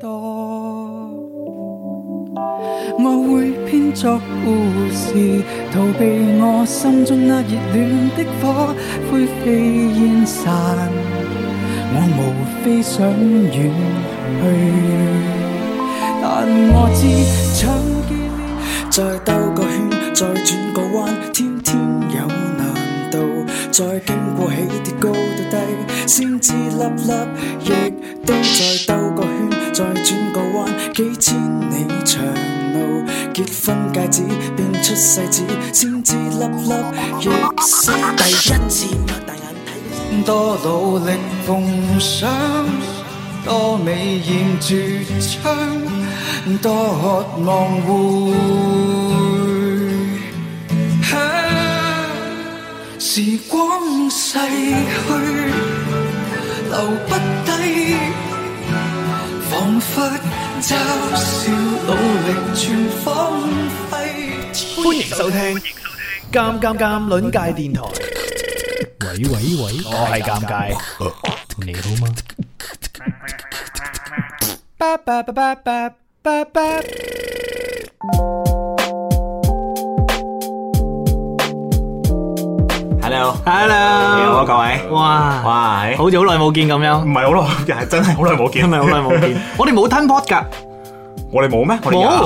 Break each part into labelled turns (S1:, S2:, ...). S1: 多。我會編作故事，逃避我心中那熱戀的火，灰飛煙散。我無非想遠去，但我知長見
S2: 再兜個圈，再轉個彎，天天有難度。再經過起跌高到低，先知粒粒亦都再兜個圈，再轉個彎，幾千里長路。結婚戒指變出世紙，先知粒粒亦識。第一次擘大眼睇。
S1: 多努力奉上，多美艷絕唱，多渴望回響。時光逝去，留不低，彷彿嘲笑努力全荒廢。
S3: 欢迎收听《尴尴尴》邻界电台。
S4: 喂喂喂，
S3: 我系尴尬，
S4: 你好吗？
S3: 叭叭叭叭叭叭叭。
S5: Hello，
S3: Hello，
S5: 你好啊，各位。
S3: 哇
S5: 哇係
S3: 好似好耐冇見咁
S5: 唔
S3: 樣，
S5: 係好耐，係真係好耐冇見。
S3: 係咪好耐冇見？ 我哋冇吞 pot 㗎，
S5: 我哋冇咩？我哋有
S3: 冇，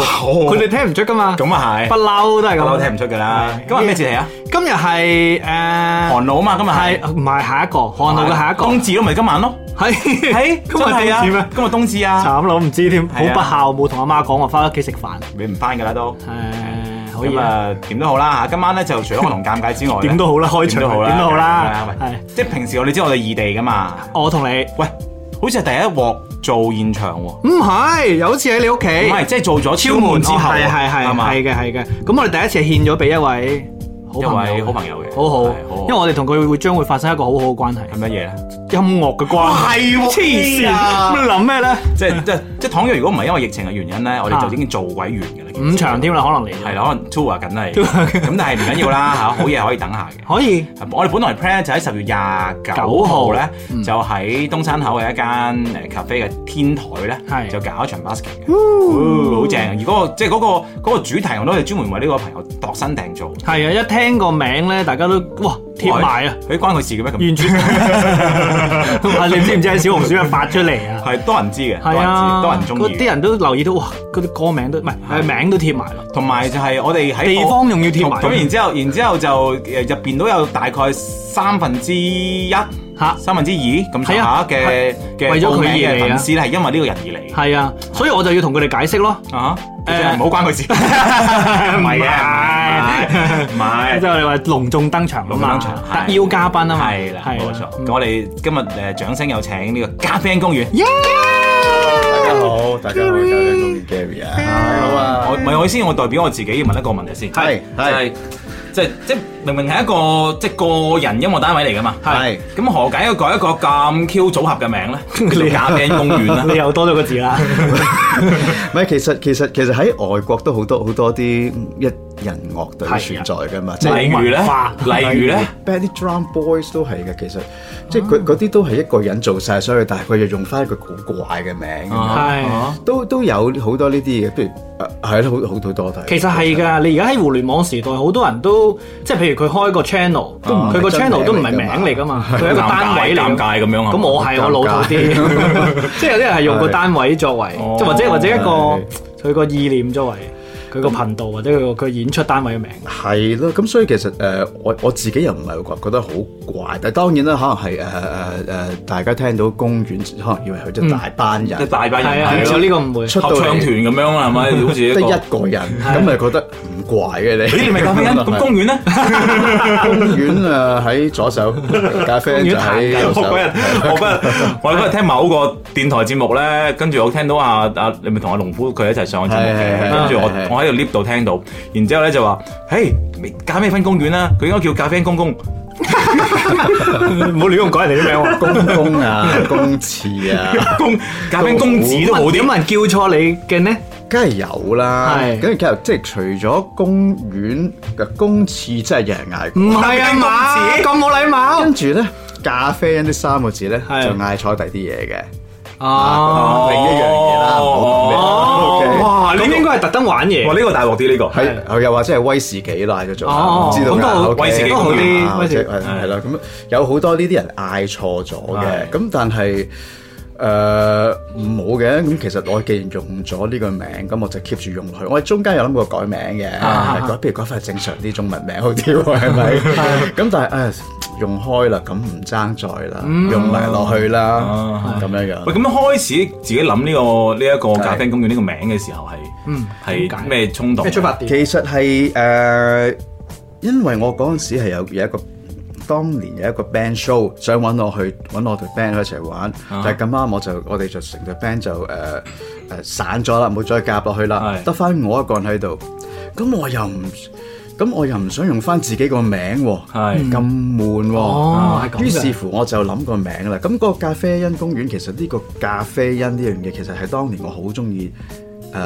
S3: 佢哋聽唔出㗎嘛。
S5: 咁啊係
S3: 不嬲都係
S5: 不嬲
S3: 咁。
S5: 聽唔出㗎啦。今日咩節嚟啊？
S3: 今日係
S5: 韓
S3: 誒，
S5: 老啊嘛，今日係
S3: 係唔係下一個韓路嘅下一個？
S5: 冬至咯，咪今晚咯。
S3: 係
S5: 係，
S3: 今日係
S5: 啊
S3: 啊，咩？，
S5: 今日冬至啊。
S3: 慘啦，我唔知添，好
S5: 係啊
S3: 不孝，冇同阿媽講我翻屋企食飯。
S5: 你唔翻㗎啦都。
S3: 誒，可以
S5: 咁
S3: 啊，
S5: 啊，點都好啦嚇。今晚咧就除咗我同尷尬之外呢，
S3: 點都好啦，開場
S5: 點都好啦，
S3: 點都好啦
S5: 係，咪
S3: 係
S5: 即係平時我哋知我哋異地㗎嘛。
S3: 我同你。
S5: 喂，好似係第一鑊做現場喎。
S3: 唔係，有一次喺你屋企，
S5: 唔係，即係做咗
S3: 超
S5: 超門之後啊，
S3: 係係係
S5: 係嘛
S3: 係嘅係嘅。咁我哋第一次係獻咗俾一位好朋友
S5: 一位好朋友嘅
S3: 好好
S5: 係好好，
S3: 因為我哋同佢會將會發生一個好好嘅關係，
S5: 係乜嘢咧？
S3: 音樂嘅關係。
S5: 係
S3: 黐線，咁你諗咩咧？
S5: 即係即係即係，倘若如果唔係因為疫情嘅原因咧，我哋就已經做鬼完嘅啦。
S3: 啊五場添啦，可能嚟咗
S5: 係啦，可能 tour 緊 係，咁但係唔緊要啦嚇，好嘢可以等下嘅。
S3: 可以
S5: 我哋本來 plan 就喺十月廿九
S3: 九
S5: 號
S3: 號
S5: 咧，
S3: 嗯
S5: 就喺東山口嘅一間誒呃 cafe 嘅天台咧，
S3: 係
S5: 就搞一場 basket 嘅，哦好正。而嗰個即係嗰個嗰個主題，我都係專門為呢個朋友度身訂做。
S3: 係啊！一聽個名咧，大家都哇貼埋啊！
S5: 佢關佢事嘅咩咁？
S3: 完全，哇你知唔知喺小紅書一發出嚟啊？
S5: 係多人知嘅，多
S3: 係
S5: 人知，
S3: 啊，
S5: 多人中
S3: 嗰啲
S5: 意。
S3: 人都留意到，哇！嗰啲歌名都唔係
S5: 係
S3: 誒名都貼埋啦，
S5: 同埋就係我哋喺
S3: 地方仲要貼埋
S5: 咁然之後，然之後就誒入邊都有大概三分之一、
S3: 嚇。
S5: 三分之二咁上
S3: 係
S5: 下
S3: 啊
S5: 嘅嘅
S3: 為咗佢
S5: 報名
S3: 而
S5: 嘅
S3: 嚟啊
S5: 粉絲咧，係因為呢個人而嚟嘅
S3: 係啊，所以我就要同佢哋解釋咯。
S5: 啊！即
S3: 誒
S5: 係唔好關佢事， 唔係嘅，唔
S3: 即
S5: 係。
S3: 啊係我哋話隆重登場啊
S5: 隆重
S3: 嘛
S5: 登場，
S3: 特
S5: 係
S3: 邀嘉賓啊嘛，
S5: 係啦，冇錯。咁
S3: 嗯
S5: 我哋今日誒掌聲有請呢個嘉賓公園。
S6: 大家好，大家好，大家中意 Gary 啊，好
S5: 我唔係我意思，我代表我自己問一個問題先。
S6: 係
S5: 就
S6: 係
S5: 係即係即係明明係一個即係個人音樂單位嚟㗎嘛。
S6: 係
S5: 咁何解要改一個咁 Q 組合 嘅名咧？叫嘉賓公園啦。
S3: 你又多咗個字啦，
S6: 唔係，其實其實其實喺外國都好多好多啲嗯一人樂隊存在㗎嘛，即
S5: 例如咧
S3: 文化，
S5: 例如咧，
S6: Bad Drum Boys 都係嘅，其實即係佢嗰啲都係一個人做晒所有，但係佢就用翻一個古怪嘅名，
S3: 係
S5: 啊
S6: 都都有好多呢啲嘅，譬如誒係咯，好好好多都係。
S3: 其實係㗎。你而家喺互聯網時代，好多人都即係譬如佢開個 channel，
S6: 都唔係
S3: 佢個
S6: 真
S3: channel 都唔係
S6: 名嚟
S3: 名
S6: 㗎嘛
S3: 嚟㗎嘛，佢係一個
S5: 尷尬
S3: 單位嚟㗎。
S5: 尷尬咁樣啊
S3: 咁我係我老土啲，即係有啲人係用個單位作為，
S5: 哦
S3: 即係或者或者一
S6: 係
S3: 個佢個意念作為佢個頻道或者佢個佢演出單位嘅名。
S6: 係咯，咁所以其實誒、呃我我自己又唔係話覺得好怪，但係當然啦，可能係誒誒誒，大家聽到公園，可能以為佢真係大班人，
S5: 即係大把
S3: 係
S5: 人
S3: 啊，
S5: 係
S3: 有
S5: 咯
S3: 呢個誤會。
S6: 出到
S5: 合唱團
S6: 嚟
S5: 咁樣啦，係咪？好似 一
S6: 得
S5: 個
S6: 一。個人，咁咪覺得唔怪嘅你。
S5: 咦你咪咖啡因？ 咁公園咧？
S6: 公園啊喺 左手，咖啡就喺右
S5: 我
S6: 手
S5: 嗰。日我嗰日我 嗰日聽某個電台節目咧，跟住我聽到阿阿你咪同阿農夫佢一齊上節目
S6: 係係
S5: 嘅，跟
S6: 係
S5: 住我
S6: 係係
S5: 我喺度 lift 度聽到，然之後咧就話：，嘿，咖啡分公園啦，佢應該叫咖啡公公。
S3: 唔好亂咁改人哋啲名喎。
S6: 公公啊，公 廁啊，
S5: 公咖啡公子都好
S3: 點
S5: 啲。
S3: 人叫錯你嘅呢？
S6: 梗係有啦。
S3: 係
S6: 跟住之後，即係除咗公園嘅公廁，真係有人嗌
S3: 唔
S6: 過。
S3: 係啊嘛，咁冇禮貌。
S6: 跟住咧，咖啡因呢三個字咧，就
S3: 係
S6: 嗌錯第啲嘢嘅。啊
S3: 哦，
S6: 另一樣嘢啦啦，唔好講咩
S3: 哦
S6: OK
S3: 哇！咁應該係特登玩嘢
S5: 哇，。呢個大鑊啲呢個。
S6: 係係又或者係威士忌啦嗰種，
S3: 哦
S6: 知道
S3: 咁都好
S6: 㗎，OK
S5: 威士忌都好啲
S6: 啊
S3: 威士忌
S6: 或者係係啦，咁有好多呢啲人嗌錯咗嘅，
S5: 係
S6: 咁但係。誒冇嘅，咁其實我既然用咗呢個名，咁我就 keep 住用落去。我哋中間有諗過改名嘅，係改不如改翻正常啲中文名好啲喎，係咪？咁但係誒用開啦，咁唔爭在啦，用埋落去啦，咁樣
S5: 喂，
S6: 樣。
S5: 咁開始自己諗呢個呢一個咖啡公園呢個名嘅時候係，嗯，
S3: 點解
S5: 係咩衝動？
S3: 咩出發點？
S6: 其實係誒、呃因為我嗰陣時係有有一個當年有一個 band show，想揾我去揾我隊 band 一齊玩，
S3: 啊
S6: 但係咁啱我就我哋就成隊 band 就誒誒、呃散咗啦，冇再夾落去啦，
S5: 係
S6: 得翻我一個人喺度，咁我又唔咁我又唔想用翻自己個名喎，
S5: 係
S6: 咁悶喎。啊
S3: 哦係咁嘅
S6: 於是乎我就諗個名啦。咁、個咖啡因公園其實呢個咖啡因呢樣嘢其實係當年我好中意誒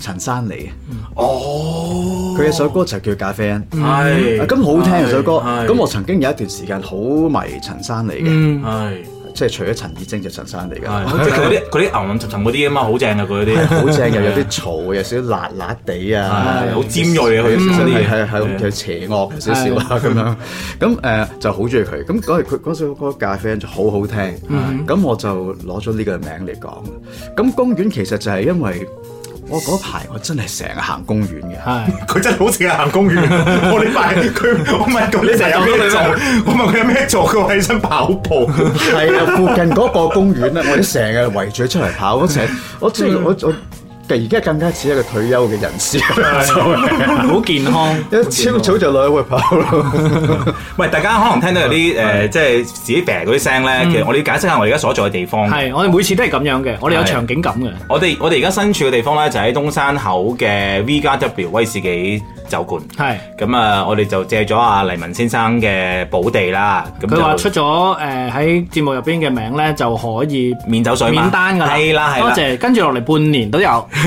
S6: 陳珊妮嘅。
S5: 哦，
S6: 佢嘅首歌就叫《咖啡因》，
S5: 係
S6: 啊咁好聽嘅首歌。
S5: 嗯係係
S6: 咁我曾經有一段時間好迷陳珊妮嘅，
S3: 嗯，
S5: 係
S6: 即係除咗陳綺貞就陳珊妮嘅，
S5: 係，即係嗰啲嗰啲牛吟沉沉嗰啲啊嘛，好正啊佢嗰啲，
S6: 好正又有啲嘈，有少少辣辣地啊，
S5: 係好尖鋭啊佢
S6: 真
S5: 嗰啲
S6: 係
S5: 嘢
S6: 係係有邪惡少少啊咁樣。咁誒就好中意佢。咁嗰佢嗰首歌《咖啡因》就好好
S5: 嗯
S6: 聽，咁我就攞咗呢個名嚟講。咁公園其實就係因為我嗰排我真係成日行公園嘅。
S3: 係
S5: 佢真係好似行公園。 我呢排佢，我問佢你成日有咩做？我問佢有咩做？佢話起身跑步。
S6: 係啊，附近嗰個公園咧，我哋 成日圍住出嚟跑，我成日我即係我我而家更加似一個退休嘅人士，
S3: 好健康。
S6: 一朝早就落去喂跑 咯。
S5: 喂，大家可能聽到有啲誒，即係嗯自己病嗰啲聲咧。其實我哋要解釋下我哋而家所在嘅地方。
S3: 係，我哋每次都係咁樣嘅，我哋有
S5: 係
S3: 場景感嘅。
S5: 我哋我哋而家身處嘅地方咧，就喺東山口嘅 V 加 W 威士忌酒館。
S3: 係，
S5: 咁啊，我哋就借咗阿黎文先生嘅寶地啦。咁
S3: 佢話
S5: 就
S3: 出咗誒喺節目入邊嘅名咧，就可以
S5: 免走水嘛
S3: 免單㗎啦。
S5: 係啦係啦
S3: 多謝。跟住落嚟半年都有。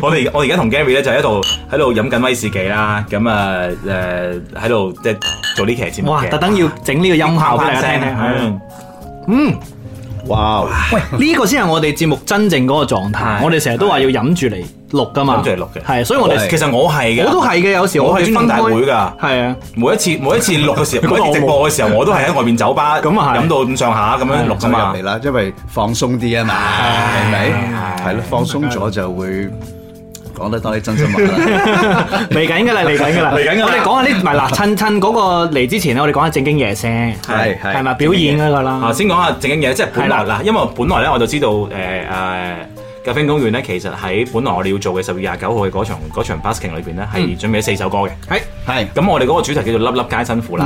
S5: 我哋我而家同 Gary 咧就喺度喺度飲緊威士忌啦，咁啊誒喺度即係做呢期節目
S3: 哇！
S5: 嘅
S3: 特登要整呢個音效俾大家聽聽。
S5: 嗯
S3: 嗯，
S6: 哇！
S3: 喂，呢個先係我哋節目真正嗰個狀態。
S5: 係
S3: 我哋成日都話要飲住嚟錄㗎嘛。
S5: 飲住嚟錄嘅
S3: 係，所以我哋
S5: 其實我係嘅，
S3: 我都係嘅，有時
S5: 我
S3: 係
S5: 係專登大會㗎
S3: 係啊，
S5: 每一次每一次錄嘅時候，每一次直播嘅時候，我都係喺外面酒吧
S3: 咁啊係
S5: 飲到咁上下咁樣錄㗎
S6: 咁
S5: 嘛
S6: 入嚟。啦，因為放鬆啲啊嘛，係咪？係咯，放鬆咗就會講得多啲真心 話啦。
S3: 嚟緊㗎啦，嚟緊㗎啦，
S5: 嚟緊㗎啦
S3: 我哋講下呢，唔係嗱，趁趁嗰個嚟之前咧，我哋講下正經嘢先，
S6: 係係
S3: 係咪表演嗰個
S5: 啊，
S3: 啦？
S5: 先講下正經嘢，即係本來
S3: 係啦
S5: 嗱，因為本來咧我就知道誒誒。呃咖啡公園咧，其實喺本來我哋要做嘅十月廿九號嘅嗰場嗰場 busking 裏邊咧，
S3: 嗯
S5: 係準備咗四首歌嘅。
S3: 係
S6: 係
S5: 咁我哋嗰個主題叫做粒粒皆辛苦啦。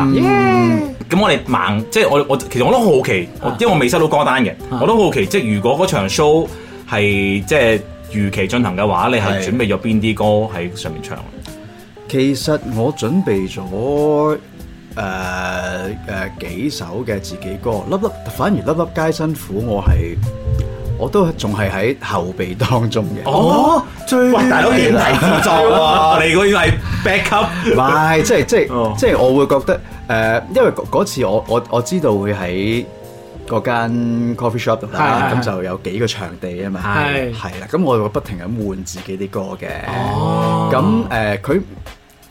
S5: 咁我哋盲，即係我我其實我都好奇，我因為我未收到歌單嘅，我都好奇，即係如果嗰場 show 係即係如期進行嘅話，你係
S6: 係
S5: 準備咗邊啲歌喺上面唱？
S6: 其實我準備咗誒誒幾首嘅自己歌，粒粒反而粒粒皆辛苦，我係我都仲係喺後備當中嘅。
S5: 哦，
S6: 最
S5: 喂，大佬你唔係輔助啊喎， 你嗰要係 backup。
S6: 唔係，即係即
S5: 哦
S6: 係即係，我會覺得誒、呃因為嗰嗰次我我我知道會喺嗰間 coffee shop 度啦，
S3: 係係係
S6: 咁就有幾個場地啊嘛，
S3: 係
S6: 係啦，咁我會不停咁換自己啲歌嘅，咁誒佢。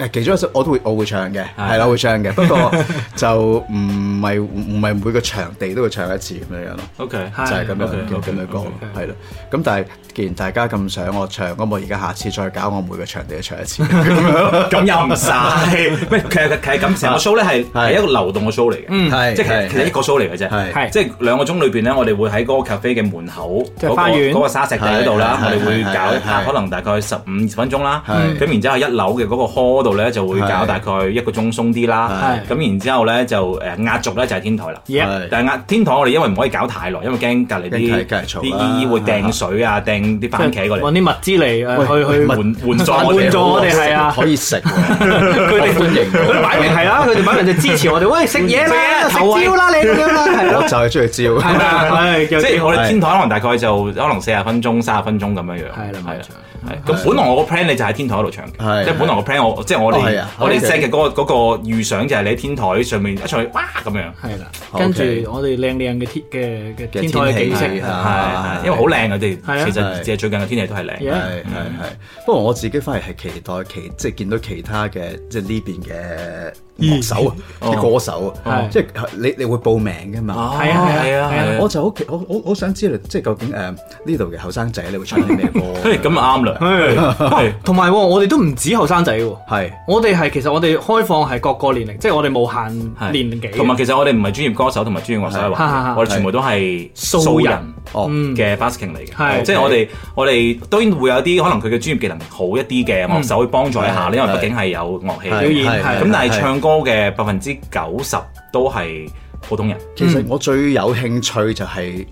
S6: 誒其中一首我都會我會唱嘅，係啦我會唱嘅，不過就唔係唔係每個場地都會唱一次咁樣樣咯。
S5: OK，
S3: 係
S6: 就係咁樣
S5: OK，OK，
S6: 咁樣
S5: OK，
S6: 講，係啦。咁但係既然大家咁想我唱，咁我而家下次再搞我每個場地都唱一次。
S5: 咁又唔晒，喂，其實其實咁成個 show 咧係係
S6: 啊係嗯
S5: 一個流動嘅 show 嚟嘅，
S6: 係
S5: 即係其實一個 show 嚟嘅
S6: 係
S5: 啫，
S3: 係
S5: 即係兩個鐘裏邊咧，我哋會喺嗰個 cafe 嘅門口
S3: 即係
S5: 嗰個
S3: 花園
S5: 嗰個沙石地嗰度啦，
S6: 係
S5: 我
S6: 係
S5: 哋會
S6: 係係係
S5: 搞可能大概十五二十分鐘啦，
S6: 係
S5: 咁然之後一樓嘅嗰個 hall 度咧就會搞
S6: 係
S5: 大概一個鐘鬆啲啦，
S3: 係
S5: 咁然之後咧就誒壓軸咧就係天台啦。
S3: 耶，
S6: 係
S5: 但係壓天台，我哋因為唔可以搞太耐，因為驚隔離
S6: 驚
S5: 啲
S6: 隔離嘈
S5: 啲
S6: 啦
S5: 姨姨會掟水啊，掟啲番茄過
S3: 揾
S5: 嚟，
S3: 啲物資嚟誒去去
S5: 換換裝我
S3: 換
S5: 哋
S3: 咗。啊我哋係啊，
S6: 可以食喎，
S3: 佢哋
S6: 歡迎
S3: 佢 哋擺明係啊啦，佢哋擺明就支持我哋，喂食嘢啦，食蕉啦，你咁樣啦，係
S6: 我
S3: 咯，
S6: 就係中意招。
S3: 係啊，即
S5: 即係我哋
S6: 係
S5: 天台可能大概就可能四十分鐘、三十分鐘咁樣樣。啊
S3: 係啦冇錯
S5: 係啦。係咁本來我個 plan 你就喺天台嗰度唱嘅，
S6: 係
S5: 即係本來個 plan 我即係係我
S6: 哦係
S5: 哋
S6: 啊
S5: 我哋
S6: OK
S5: set 嘅嗰個嗰個預想就係你喺天台上面一上去，哇咁樣，
S3: 係啦，
S6: OK
S3: 跟住我哋靚靚嘅天嘅嘅
S6: 嘅
S3: 天台嘅
S6: 天氣
S3: 景色，
S6: 係啊
S5: 係係因為好靚
S3: 係
S5: 嘅
S3: 啊
S5: 哋，其實
S6: 係
S5: 即係最近嘅天氣都係靚。
S3: Yeah
S6: 係係係，不過我自己反而係期待其即係見到其他嘅即係呢邊嘅樂手啊，
S5: 哦
S6: 啲歌手啊
S3: 係，
S6: 即係你你會報名㗎嘛？
S3: 係啊係
S5: 係
S3: 啊
S5: 啊
S3: 係
S5: 係
S3: 啊
S5: 啊，
S6: 我就好奇，我好好想知道，即係究竟誒呢度嘅後生仔你會唱啲咩歌？
S5: 嘿咁啊啱啦，係
S3: 同埋喎我哋都唔止後生仔喎。
S6: 係
S3: 我哋係其實我哋開放係各個年齡，即係我哋無限
S5: 係
S3: 年紀嘅。
S5: 同埋其實我哋唔係專業歌手同埋專業樂手嚟
S3: 係係係
S5: 玩，我哋全部都係
S3: 素
S5: 素
S3: 人嗯
S5: 人嘅
S6: 哦
S5: busking 嚟
S3: 係
S5: 嘅，即係我哋我哋當然會有啲可能佢嘅專業技能好一啲嘅樂手去幫助一下
S6: 係
S5: 咧，因為畢竟係有樂器
S6: 係
S3: 嗯表演
S6: 係
S3: 係
S5: 咁但
S6: 係
S5: 係唱歌嘅百分之九十都係普通人，
S6: 其
S3: 嗯
S6: 實我最有興趣就係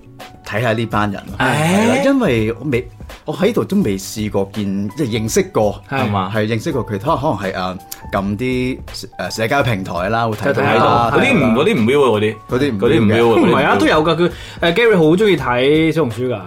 S6: 睇下呢班人咯，係啦，因為我未我喺度都未試過見，即係認識過
S3: 係
S5: 嘛
S6: 係認識過佢，可能可能係誒撳啲誒社交平台啦，會睇
S3: 睇
S6: 到
S3: 係
S5: 喺度
S3: 啊
S6: 啦
S5: 嗰啲唔嗰啲唔 real 嗰啲，
S6: 嗰啲
S5: 嗰
S6: 唔
S5: 啲唔
S6: real 嘅
S5: real
S3: 唔係啊，都，有㗎。佢誒 Gary 好中意睇小紅書㗎。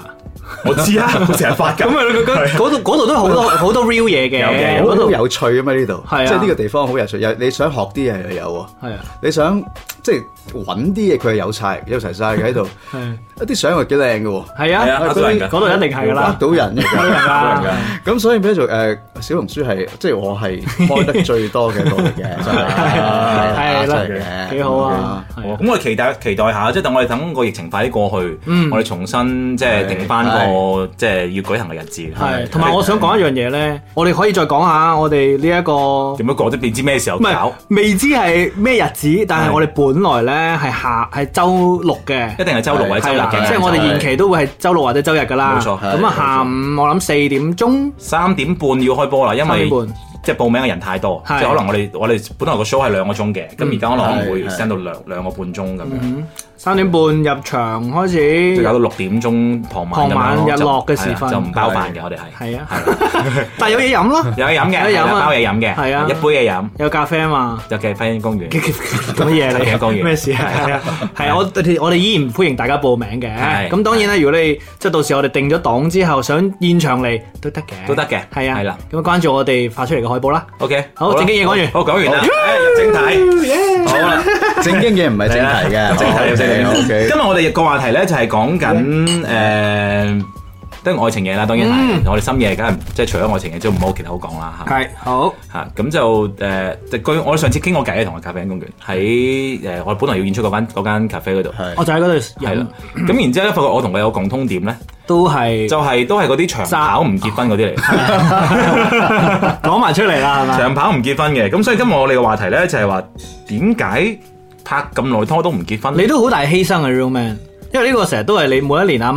S5: 我知啊，我成日發
S3: 咁
S5: 㗎。
S3: 啊，佢佢嗰度嗰度都好多 好多 real 嘢
S5: 有嘅
S3: 嘅，
S5: 有
S6: 好
S3: 嗰度
S6: 好有趣啊嘛呢度，
S3: 係啊
S6: 即係呢個地方好有趣，有你想學啲嘢又有喎，
S3: 係啊，
S6: 你想即係揾啲嘢佢係有晒，有齊晒嘅喺度，
S3: 係啊
S6: 一啲相又幾靚嘅喎。
S3: 係
S5: 係
S3: 啊，
S5: 啊，呃到人㗎
S3: 嗰度一定係㗎
S6: 呃
S3: 啦，
S6: 到人嘅，
S3: 係
S5: 呃到 人
S3: 啊
S5: 㗎。
S6: 咁所以變咗做誒小紅書係即係 我係開得最多嘅一個嚟嘅，真係啊
S3: 係啦
S6: 真係嘅
S3: 幾好啊
S5: 好
S3: 係啊
S5: 哦咁我哋期待期待下，即係等我哋等個疫情快啲過去，
S3: 嗯
S5: 我哋重新即係
S6: 係
S5: 定翻個即係要舉行嘅日子。
S3: 係，同埋我想講一樣嘢咧，我哋可以再講下我哋呢一個
S5: 點樣講都唔知咩時候
S3: 唔係
S5: 搞，
S3: 未知係咩日子，但係
S5: 係
S3: 我哋本來咧係下係週六嘅
S5: 一。定係周六或者周
S3: 係
S5: 日
S3: 啦，
S5: 嘅。
S3: 即係我哋延期都會係周六或者周日噶啦。
S5: 冇錯係
S3: 咁啊，下午我諗四點鐘，
S5: 三點半要開波啦，因
S3: 三點
S5: 為
S3: 半
S5: 即係報名嘅人太多，即
S3: 係
S5: 係可能我哋我哋本來個 show 係兩個鐘
S3: 嗯
S5: 嘅，咁而家可能可能會
S6: 係係
S5: send 到兩兩個半鐘咁樣，
S3: 三點半入場開
S5: 就搞到
S3: 始。
S5: 六點鐘傍晚咁樣
S3: 傍
S5: 咯。
S3: 晚日落嘅
S5: 就
S3: 時分
S5: 係啦就唔包飯嘅，我哋係
S3: 係啊，但係有嘢飲 咯，
S5: 有嘢飲嘅，
S3: 有嘢飲啊
S5: 有包嘢飲嘅，
S3: 係啊
S5: 一杯嘢飲，
S3: 有咖啡啊 嘛。
S5: 就嘅婚姻公園。
S3: 咁嘢
S5: 係啊講
S3: 嚟，
S5: 完
S3: 咩事啊？係啊， 係啊，我我哋依然歡迎大家報名嘅。
S5: 係
S3: 咁當然啦，如果你即係到時我哋定咗檔之後，想現場嚟都得嘅，
S5: 都得嘅
S3: 係啊，
S5: 係啦。
S3: 咁關注我哋發出嚟嘅海報啦。
S5: OK，
S3: 好
S5: 啦
S3: 正經嘢講完
S5: 好講完啦，誒入正題，好啦。
S6: 正經嘢唔係正題嘅，
S5: 正
S3: 哦
S5: 題正題。
S6: O
S5: 今
S6: K。
S5: 日我哋個話題咧就係講緊誒，都係愛情嘢啦，當然
S3: 嗯
S5: 係。我哋深夜梗係即係除咗愛情嘢之外，冇其他好講啦嚇。
S3: 係好，
S5: 嚇咁就誒，就據我哋上次傾過偈嘅同個咖啡因公園喺誒，我本來要演出嗰間嗰間咖啡嗰度，
S6: 係
S3: 我就喺嗰度
S5: 係啦
S3: 飲，。
S5: 咁然之後咧，發覺我同佢有共通點咧，
S3: 都係
S5: 就係都係嗰啲長跑唔結婚嗰啲嚟，
S3: 攞埋出嚟啦，係咪？
S5: 長跑唔結婚嘅。咁所以今日我哋嘅話題咧就係話點解拍咁耐拖都唔結婚？
S3: 你都好大犧牲啊，real man。因為呢個成日都係你每一年阿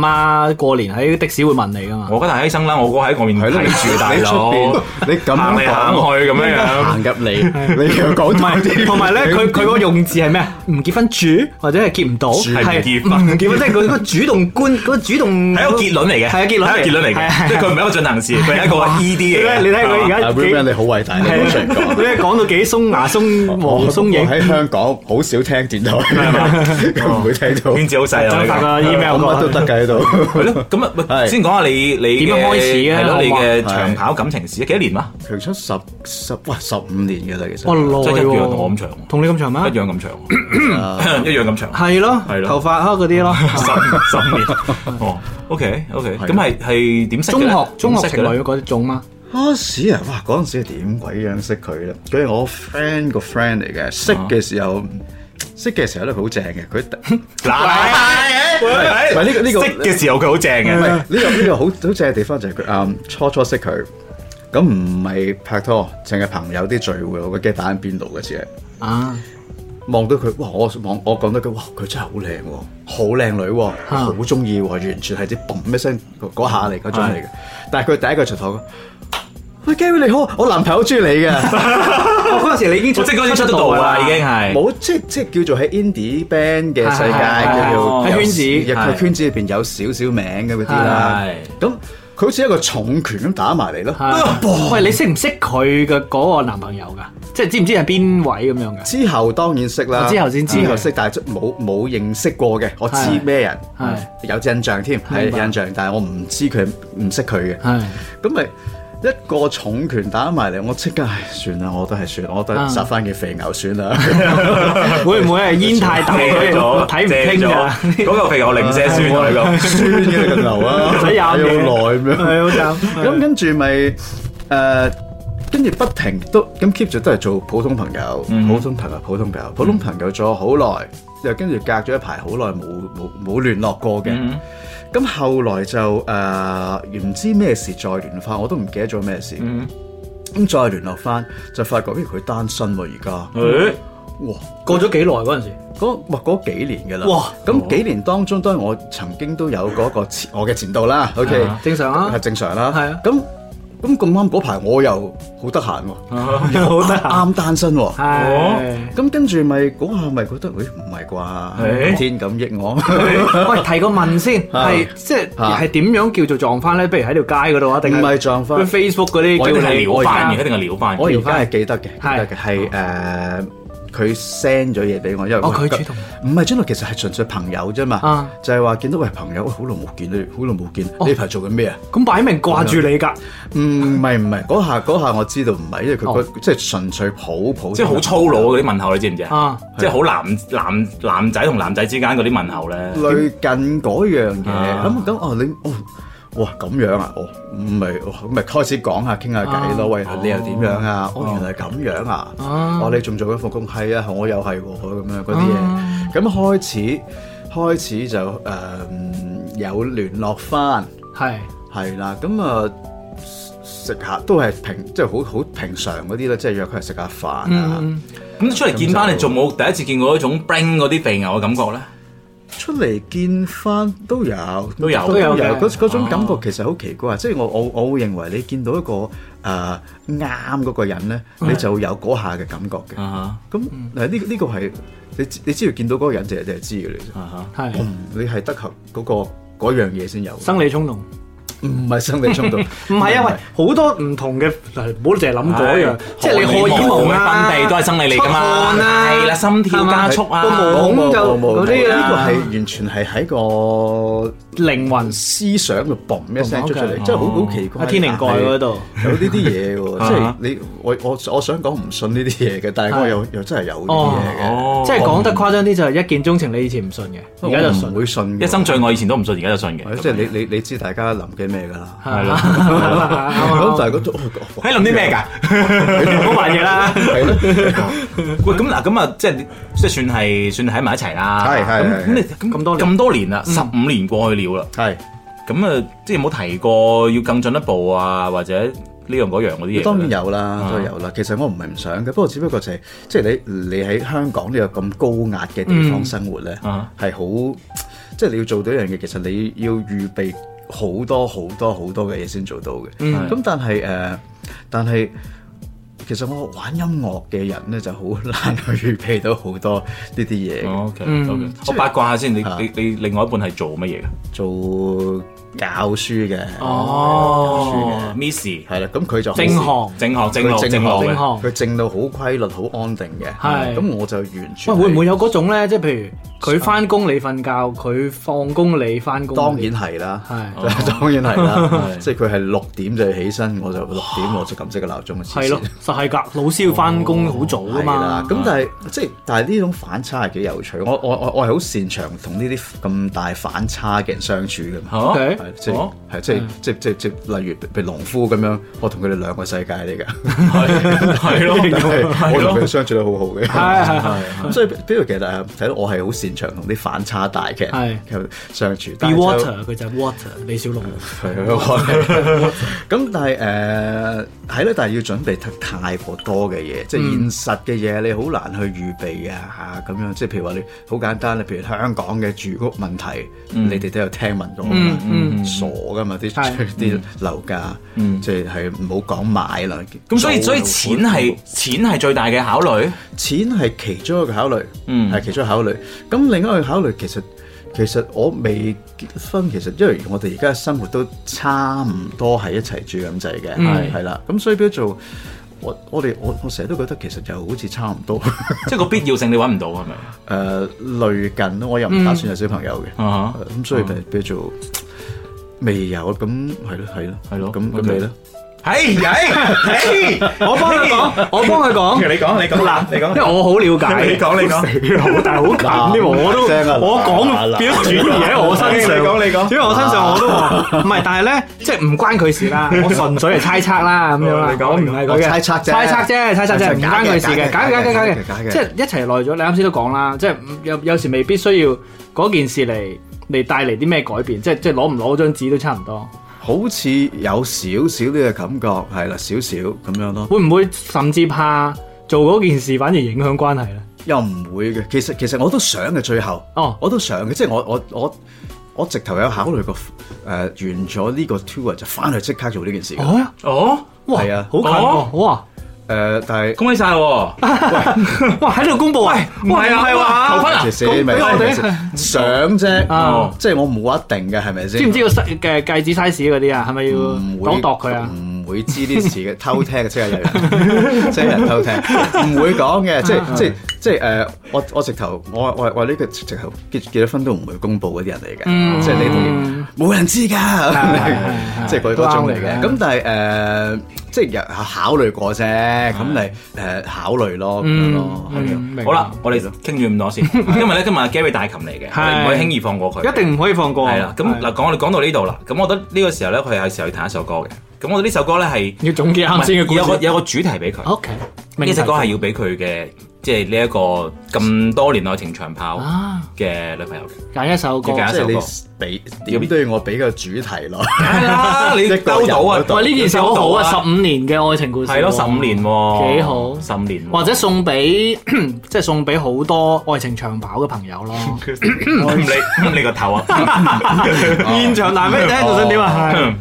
S3: 媽過年喺的士會問你噶嘛。
S5: 我覺得係犧牲啦，我哥喺我面
S6: 係
S5: 睇
S6: 咯，你
S5: 住大
S6: 你出
S5: 佬，
S6: 邊你咁
S5: 行嚟行去咁樣樣。
S6: 行入嚟，你又講埋啲，
S3: 同埋 咧，佢佢個用字係咩？啊唔結婚住，或者係結唔到，
S5: 係唔結婚
S3: 唔結婚，即係佢個主動觀，嗰個主 動
S5: 係一個結論嚟嘅，
S3: 係啊結論
S5: 係一個結論嚟
S3: 係啊
S5: 嘅，即係佢唔係一個進行時， 佢係一個 E D 嚟嘅。
S3: 你睇佢而
S5: 係嘛
S3: 家
S6: 啊 Will Man 你好偉大，你攞出
S3: 你
S6: 嚟講。
S3: 係講到幾鬆牙鬆黃鬆
S6: 我
S3: 影，
S6: 喺香港好少聽電 台，咁唔會聽到。
S5: 圈子好細
S3: 就發
S5: 啊！
S3: 個 email
S6: 我乜
S3: 過
S6: 都
S3: 去。
S6: 得㗎喺
S5: 係
S6: 度。
S5: 咯，咁啊，喂
S6: 係
S5: 先講下你你
S3: 點樣開始啊
S5: 係
S3: 好
S5: 咯，
S3: 嘛
S5: 你嘅長跑感情史幾多年啦？
S6: 長出十十哇十五年嘅啦，其實。
S3: 哇，哦耐
S5: 真係一
S3: 喎
S5: 樣同我咁長喎
S3: 同你咁長咩
S5: 一？樣咁長， 一樣咁長，
S3: 係咯，
S5: 係咯
S3: 頭髮黑嗰啲 咯。
S5: 十 十年。哦，OK OK，
S6: 係
S5: 咁係係點識嘅
S3: 中
S5: 咧
S3: 學中學
S5: 點識
S3: 情
S5: 嘅咧
S3: 侶嗰種嘛，
S6: 嗰陣時啊，哇！嗰陣時係點鬼樣識佢咧？佢係我 friend 個 friend 嚟嘅，識嘅時候，識嘅時候咧佢好正嘅，佢
S5: 嗱，
S6: 喂喂呢個呢個
S5: 識嘅時候佢好正
S6: 唔係
S5: 嘅，
S6: 呢個呢個好好正嘅地方就係佢嗯初初識佢，咁唔係拍拖，淨係朋友啲聚會，我記得打緊邊爐嘅時候。
S3: 啊，
S6: 望到佢，哇！我望我講到佢，哇！佢真係好靚喎，好靚女喎，
S3: 啊
S6: 好中意喎，完全係啲嘣一聲嗰嗰下嚟嗰種嚟
S5: 啊
S6: 嘅。但係佢第一句出頭，喂 Gary 你好，我男朋友中意你 嘅，
S3: 嗰陣時你已經
S5: 我即係嗰陣出咗道啦，已經係。
S6: 冇即即叫做喺 indie band 嘅世
S3: 係
S6: 界
S3: 係
S6: 叫做
S5: 係
S6: 有
S3: 喺圈子
S6: 亦
S5: 係
S6: 佢圈子入邊有少少名嘅嗰啲啦
S5: 係。
S6: 咁佢好似一個重拳咁打埋嚟咯。
S5: 哎
S3: 係喂，你識唔識佢嘅嗰個男朋友噶？即係知唔知係邊位咁樣嘅？
S6: 之後當然識
S3: 哦
S6: 啦，
S3: 之後先知
S6: 之後識，但係冇冇認識過嘅，我知
S3: 係
S6: 咩人嗯
S3: 係，
S6: 有印象添，係
S3: 明白
S6: 印象，但係我唔知佢唔識佢嘅。
S3: 係
S6: 咁咪一個重拳打埋嚟，我即刻唉算啦，我都係算，我都
S3: 啊
S6: 係殺翻嘅肥牛 算啦。
S3: 會唔會係煙太大
S5: 借 咗，
S3: 睇唔
S5: 借
S3: 清㗎
S5: 咗？嗰嚿肥牛零舍酸嚟
S6: 咁
S5: 㗎。
S6: 酸嘅你個牛啊，
S3: 唔使
S6: 打
S3: 咬嘢
S6: 好耐咁樣。
S3: 係好慘。
S6: 咁跟住咪誒，呃跟住不停都咁 keep 住都係做普通朋友，
S3: 嗯
S6: 普通朋友，普通朋友，普通朋友做咗好耐，又跟住隔咗一排好耐冇冇冇聯絡過嘅。
S3: 嗯
S6: 咁後來就誒呃唔知咩事再聯絡翻，我都唔記得咗咩事。
S3: 嗯
S6: 咁再聯絡翻就發覺，咦佢單身喎而家，
S5: 誒
S3: 嗯
S6: 哇！
S3: 過咗幾耐嗰陣時？
S6: 嗰哇嗰幾年㗎啦，
S3: 哇！哦
S6: 咁幾年當中，當然我曾經都有嗰個前我嘅前度啦，OK，
S3: 啊正常啊
S6: 係正常啦，
S3: 係啊
S6: 咁咁咁啱嗰排我又好得閒喎，
S3: 好得
S6: 啱單身喎，
S3: 啊係。
S6: 咁跟住咪嗰下咪覺得，誒唔係啩，
S5: 誒
S6: 天咁益我，
S3: 喂，提個問先，
S6: 啊
S3: 係即係
S6: 啊
S3: 係點樣叫做撞翻咧？不如喺條街嗰度啊，定
S6: 唔係撞返
S3: 佢 Facebook 嗰啲
S5: 我一定
S3: 叫你
S5: 係撩翻嘅，一
S3: 嘅。
S5: 定係撩翻
S6: 我
S5: 嘅。
S6: 而家係記得嘅，記
S3: 係
S6: 得嘅係誒。佢 send 咗嘢俾我，因為
S3: 哦佢
S6: 我覺
S3: 主動
S6: 唔係主動，其實係純粹朋友啫嘛
S3: 啊，哦
S6: 就係話見到喂朋友，喂好耐冇見你，好耐冇見，呢排做緊咩啊？
S3: 咁擺明掛住你㗎，
S6: 唔係唔係，嗰下嗰下我知道唔係，因為佢
S3: 哦
S6: 佢即係純粹普普，
S5: 即係好粗魯嗰啲問候，你知唔知
S3: 啊
S5: 啊？即係好男男男仔同男仔之間嗰啲問候咧。
S6: 類近嗰樣嘢。
S5: 啊
S6: 咁咁哦，你哦哇咁樣啊，哦唔係哦咁咪開始講下傾下偈咯。喂，你又點樣啊？哦，原來係咁樣啊！哦，你仲做緊份工？係啊，我又係喎咁樣嗰啲嘢。咁開始開始就誒有聯絡翻。
S3: 係
S6: 係啦，咁啊食食下都係平，即係好好平常嗰啲咧，即係約佢嚟食下飯啊。
S5: 咁出嚟見翻你，仲冇第一次見過嗰種 bring 嗰啲肥牛嘅感覺咧？
S6: 出嚟見翻都有，
S5: 都有
S3: 都有嘅哦
S6: 嗰嗰種感覺其實好奇怪，即係我我我會認為你見到一個誒啱嗰個人咧，
S3: 嗯
S6: 你就有嗰下嘅感覺嘅。
S5: 啊
S6: 咁誒呢呢個係你知你知道見到嗰個人就係就係知嘅你
S5: 哈啊
S3: 係
S6: 嗯你係得合嗰個嗰樣嘢先有，
S3: 生理衝動。
S6: 唔係生理衝 動。
S3: 唔係啊，喂，好多唔同嘅，嗱唔好淨係諗嗰樣
S5: 係，
S3: 即係你荷爾蒙啊，
S5: 荷爾蒙嘅分泌都係生理嚟㗎嘛
S3: 出汗啊，
S5: 係啦心跳加速啊
S3: 係嘛個
S6: 冇
S3: 毛
S6: 冇
S3: 孔就
S6: 冇
S3: 嗰啲
S6: 呢個
S3: 啊，
S6: 係完全係喺個
S3: 靈魂
S6: 思想嘅嘣一聲出出嚟，
S3: 嗯
S6: 真係好好奇怪。啊
S3: 喺天靈蓋嗰度
S6: 有呢啲嘢喎，即係
S5: 啊
S6: 你我我我想講唔信呢啲嘢嘅，但係我又又真係有呢啲嘢嘅，
S5: 哦，
S3: 即係講得誇張啲就係一見鐘情，你以前唔信嘅，而家就
S6: 我唔
S3: 信。
S6: 會信嘅
S5: 一生最愛以前都唔信，而家就信嘅。
S6: 即係你你你知大家諗緊咩㗎啦。
S5: 係咯，
S6: 咁
S3: 咁
S6: 但係嗰種哦
S5: 喺諗啲 咩㗎？
S3: 唔好玩嘢啦。
S6: 係咯，
S5: 喂，咁嗱，咁啊，即係即係算係算係喺埋一齊啦。
S6: 係係
S5: 咁
S6: 係
S5: 咁你咁
S3: 咁多年
S5: 咁多年啦，十五年過去了啦。
S6: 係。
S5: 咁啊，即係有冇提過要更進一步啊，或者呢樣嗰樣啊嗰啲嘢呢？
S6: 當然有啦，都有啦。其實我唔係唔想嘅，不過只不過就係即係你你喺香港呢個咁高壓嘅地方生活咧，
S5: 啊
S6: 係好即係你要做到一樣嘢，其實你要預備好多好多好多嘅嘢先做到嘅。
S5: 嗯
S6: 咁、但係誒、呃但係。其實我玩音樂嘅人咧就好難去預備到好多呢啲嘢嘅，
S5: 哦。OK OK，我八卦下先，你
S6: 啊
S5: 你你另外一半係做乜嘢㗎？
S6: 做教書嘅，
S5: 哦，Miss
S6: 係啦、咁佢就好
S3: 正行
S5: 正學正路
S6: 佢
S5: 正
S6: 正
S5: 路嘅
S6: 路
S3: 正學
S6: 佢正到好規律、好安定嘅。
S3: 係
S6: 咁我就完
S3: 喂，
S6: 全係
S3: 會唔會有嗰種咧？即係譬如佢翻工你瞓覺，佢放工你翻工。
S6: 當然係啦，
S3: 係
S6: 當然係啦
S5: 係，
S6: 即係佢係六點就起身，我就六 點我就撳熄個鬧鐘嘅。
S3: 係咯，實係㗎。老師要翻工好早
S6: 係
S3: 㗎
S6: 啦
S3: 嘛。，
S6: 咁但係即係但係呢種反差係幾有趣，我我我我係好擅長同呢啲咁大反差嘅人相處嘅嘛。
S5: 嚇
S3: OK
S6: 係即
S5: 哦
S6: 係係即
S3: 嗯
S6: 係即係即係即係，例如譬如農夫咁樣，我同佢哋兩個世界嚟㗎，
S5: 係咯
S6: 但係我
S5: 係
S6: 同佢哋
S5: 咯，
S6: 相處得好好嘅。
S3: 係係係。
S6: 咁所以比如其實誒睇到我係好擅長同啲反差大嘅
S3: 係
S6: 人相處。
S3: Be
S6: 但係就
S3: water，佢就係 water 李小龍。
S6: 係啊，咁但係誒 係啦，但係要準備太太過多嘅嘢，即係
S5: 嗯
S6: 現實嘅嘢，你好難去預備啊咁樣。即係譬如話你好簡單，你譬如香港嘅住屋問題，
S5: 嗯
S6: 你哋都有聽聞過㗎嘛傻噶嘛啲
S3: 係
S5: 嗯
S6: 啲樓價，即係係唔好講買啦。
S5: 咁所以
S6: 租
S5: 所以
S6: 又
S5: 錢係錢係最大嘅考慮。
S6: 錢係其中一個考慮，
S5: 嗯
S6: 係其中一個考慮。咁另一個考慮其實其實我未結婚，其實因為我哋而家生活都差唔多係一齊住咁滯嘅，
S3: 嗯
S6: 係係啦。咁所以變咗做我我哋我我成日都覺得其實又好似差唔多，誒、 呃
S5: 即係個必要性你揾唔到係咪？
S6: 類近咯。我又唔打算有小朋友嘅，
S5: 啊
S3: 嗯
S6: 誒咁、所以咪變咗做未有咁係咯係咯
S5: 係咯
S6: 咁咁
S5: OK
S6: 你咧？
S5: 哎哎哎，
S3: 我幫 佢講，我幫佢講。
S5: 你講你講
S3: 嗱，
S5: 你
S3: 因
S5: 講
S3: 為我好了解，
S5: 你講你講
S3: 好大好緊添喎，我都
S6: 嗱嗱嗱
S3: 我講變咗轉移喺我身上，
S5: 你講你講
S3: 轉移喺我身上我 都話唔係，但係咧即係唔關佢事啦，我純粹係猜測啦咁樣啦
S5: 你，講
S3: 我唔
S5: 你講
S3: 係佢嘅
S6: 我猜測啫
S3: 猜測啫，猜測啫，唔
S6: 假嘅
S3: 關佢事嘅，
S6: 假
S3: 假
S6: 嘅
S3: 嘅假嘅
S6: 假
S3: 假
S6: 嘅
S3: 嘅
S6: 假嘅，
S3: 即係一齊耐咗，你啱先都講啦，即係有有時未必需要嗰件事嚟嚟帶嚟啲咩改變，即係即係攞唔攞張紙都差唔多。
S6: 好似有少少呢個感覺，係啦，少少咁樣咯，
S3: 會唔會甚至怕做嗰件事反而影響關係咧？
S6: 又唔會嘅。其實其實我都想嘅，最後，
S3: 哦
S6: 我都想嘅，即係我我我我直頭有考慮過誒、呃完咗呢個 tour 就翻去即刻做呢件事嘅。誒、
S3: 哦，
S5: 哦，
S3: 哇，
S6: 係啊
S3: 好近
S5: 哦
S3: 喎，哇！
S6: 呃但係
S5: 恭喜晒喎！
S3: 哇！喺度公布啊，
S5: 唔係啊，
S3: 哇唔係話
S5: 求婚啊
S6: 其！實咪
S3: 俾我哋
S6: 想啫，
S3: 啊
S6: 即係我冇話一定嘅，係咪先？
S3: 知唔知個 size 嘅戒指 size 嗰啲啊？係咪要
S6: 唔會
S3: 講度佢啊？
S6: 唔會知啲事嘅，偷聽嘅即 係有人，即係有人偷聽，唔會講嘅，即
S3: 啊
S6: 係即係即係誒，我我直頭我我我呢個直頭結結咗婚都唔會公佈嗰啲人嚟
S3: 嗯
S6: 嘅，即係你哋冇人知
S3: 啊
S6: 㗎，即係嗰嗰種嚟嘅。咁但係誒，即係有考慮過啫，
S3: 啊
S6: 咁你誒考慮咯
S3: 嗯
S6: 咁樣咯，係咯。
S3: 明
S5: 好啦，，我哋傾住咁多先，因為咧今日 Gary 大琴嚟嘅，我
S3: 係
S5: 哋唔可以輕易放過佢。
S3: 一定唔可以放過。
S5: 係啦。咁嗱，講我哋講到呢度啦，咁我覺得呢個時候咧，佢係時候要彈一首歌嘅。咁我覺得呢首歌咧係
S3: 要總結啱先嘅故
S5: 有個
S3: 事。
S5: 有個主題俾佢。
S3: O K，
S5: 呢首歌係要俾佢嘅，即係呢一個咁多年愛情長跑
S3: 啊，
S5: 嘅女朋友嘅。
S3: 揀一首歌。
S5: 要揀
S6: 即係
S5: 一首歌
S6: 你俾點都要我俾個主題咯，
S5: 係啦，你
S6: 一個人
S5: 兜到啊
S6: 嗰！度
S3: 喂，呢件事好好啊，
S5: 兜
S3: 十
S5: 到
S3: 五年嘅愛情故事。
S5: 係咯，十五年喎，
S3: 幾好
S5: 十五年喎，
S3: 或者送俾 即係送俾好多愛情長跑嘅朋友 咯。
S5: 唔理唔理個頭啊！
S3: 現場彈 俾你聽，仲想點啊？係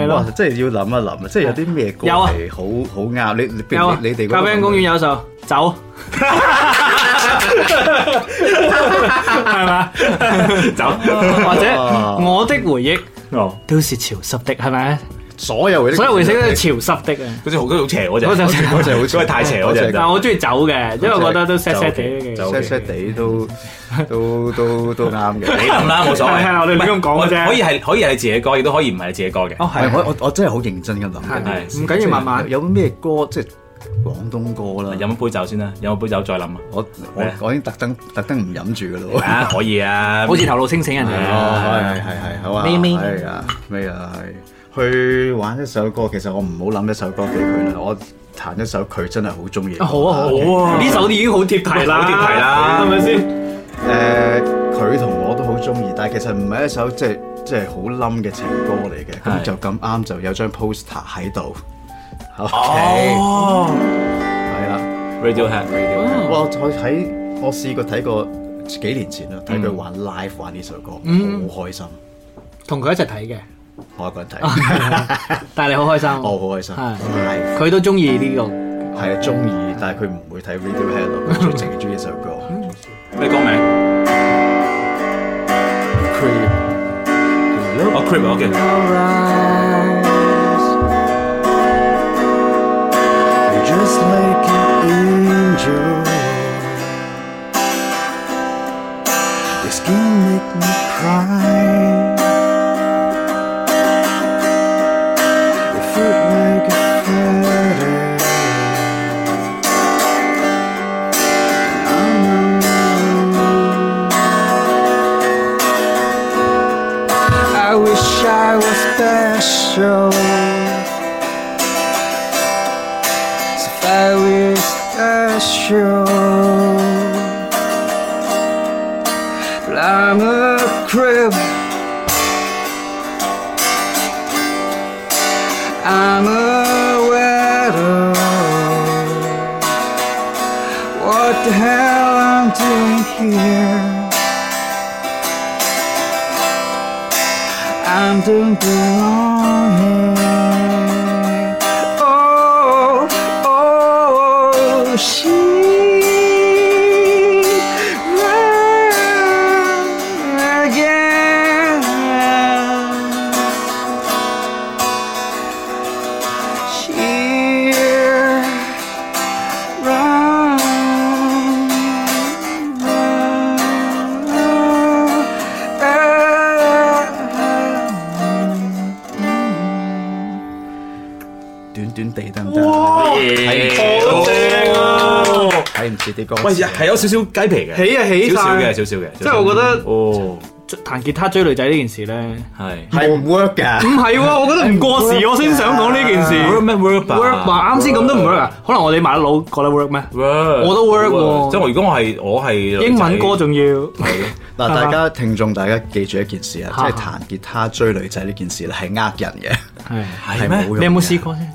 S3: 係咯
S6: 哇，，即係要諗一諗，即係有啲咩歌
S3: 有啊
S6: 係好好啱你你
S3: 有啊，
S6: 你你哋嗰個
S3: 咖啡因公園有一首走，係嘛？
S5: 走
S3: 或者我的回憶
S5: 哦，
S3: 都是潮濕的，係咪？
S6: 所有嘅，
S3: 所有回憶都係潮濕的啊！
S5: 嗰隻好嗰隻好邪嗰隻，
S3: 嗰隻
S5: 嗰隻好邪，太邪嗰隻
S6: 嗰隻
S5: 真
S3: 但
S5: 係。
S3: 係我中意走嘅，因為我覺得都 sad sad 地
S5: 走
S3: 嘅。
S6: ，set set 地都 都都都啱
S5: 你
S6: 嘅。
S5: 諗啦，冇所謂。
S3: 係啊係我哋亂咁講嘅啫
S5: 唔係可以係可以係自己嘅歌，亦都可以唔係自己嘅歌嘅。
S3: 哦，係
S6: 係我我我真係好認真咁諗緊呢件事，
S3: 係唔緊要，慢慢
S6: 即係有有咩歌即係廣東歌
S5: 飲
S6: 啦。
S5: 一杯酒先啦，飲一杯酒再諗啊。
S6: 我我我已經特登特登唔飲住噶咯喎。
S5: 啊，可以啊。
S3: 哦好似頭腦清醒人哋啊。
S6: 哦，係係係，好啊，
S3: 咪咪
S6: 係啊，咩啊，係去玩一首歌。其實我唔好諗一首歌俾佢啦，我彈一首佢真係好中意。
S3: 好啊好啊，呢首已經好貼題啦，
S5: 好貼題啦
S3: 係咪先？
S6: 誒，呃佢同我都好中意，但係其實唔係一首即係即係好冧嘅情歌嚟嘅，
S5: 係
S6: 咁就咁啱就有張 poster 喺度。OK，
S5: 哦
S6: 係啦，
S5: ，Radiohead，Radiohead。
S3: 哦
S6: 哇我睇我試過睇過幾年前啦，睇佢玩 live 玩呢首歌，好
S3: 嗯
S6: 開心，
S3: 同佢一齊睇嘅，
S6: 我一個人睇，
S3: 但係你好開心。
S6: 我好開心
S3: 係
S6: ，live
S3: 佢都中意呢個。
S6: 係啊中意，但係佢唔會睇 Radiohead 咯，佢淨係中意呢首歌。
S5: 咩歌名？
S6: Creep
S5: 哦，Creep，OK。
S6: just like an angel. Your skin make me cry. Your foot like a feather. I'm alone. I wish I was special. Very special. But I'm a crib. I'm a widow. What the hell I'm doing here? I'm doing belong here. Oh, oh, she ran again. She ran again. 短短地得唔得？睇唔
S5: 正啊！
S6: 睇唔切啲歌詞。
S5: 喂，係有少少雞皮嘅，
S3: 起啊起晒
S5: 少少嘅，少少嘅。
S3: 即係我覺得
S5: 哦，
S3: 彈吉他追女仔呢件事咧，
S5: 係。
S6: 係唔 work
S3: 唔
S6: 㗎。
S3: 係 喎，我覺得唔過時，我先想講呢件事。
S5: work 咩 work 吧
S3: work 哎嘛，啱先咁都唔 work 啊？可能我哋買佬覺得 work 咩？
S5: work，
S3: 我都 work 喎
S5: 即係我如果我係我係女仔
S3: 英文歌仲要。
S5: 係咯
S6: 嗱，大家聽眾，大家記住一件事啊，即
S3: 嚇
S6: 係彈吉他追女仔呢件事咧，係呃人
S3: 係，
S6: 嘅，
S5: 係
S6: 冇
S5: 咩？
S6: 用嘅
S3: 你有冇試？過先？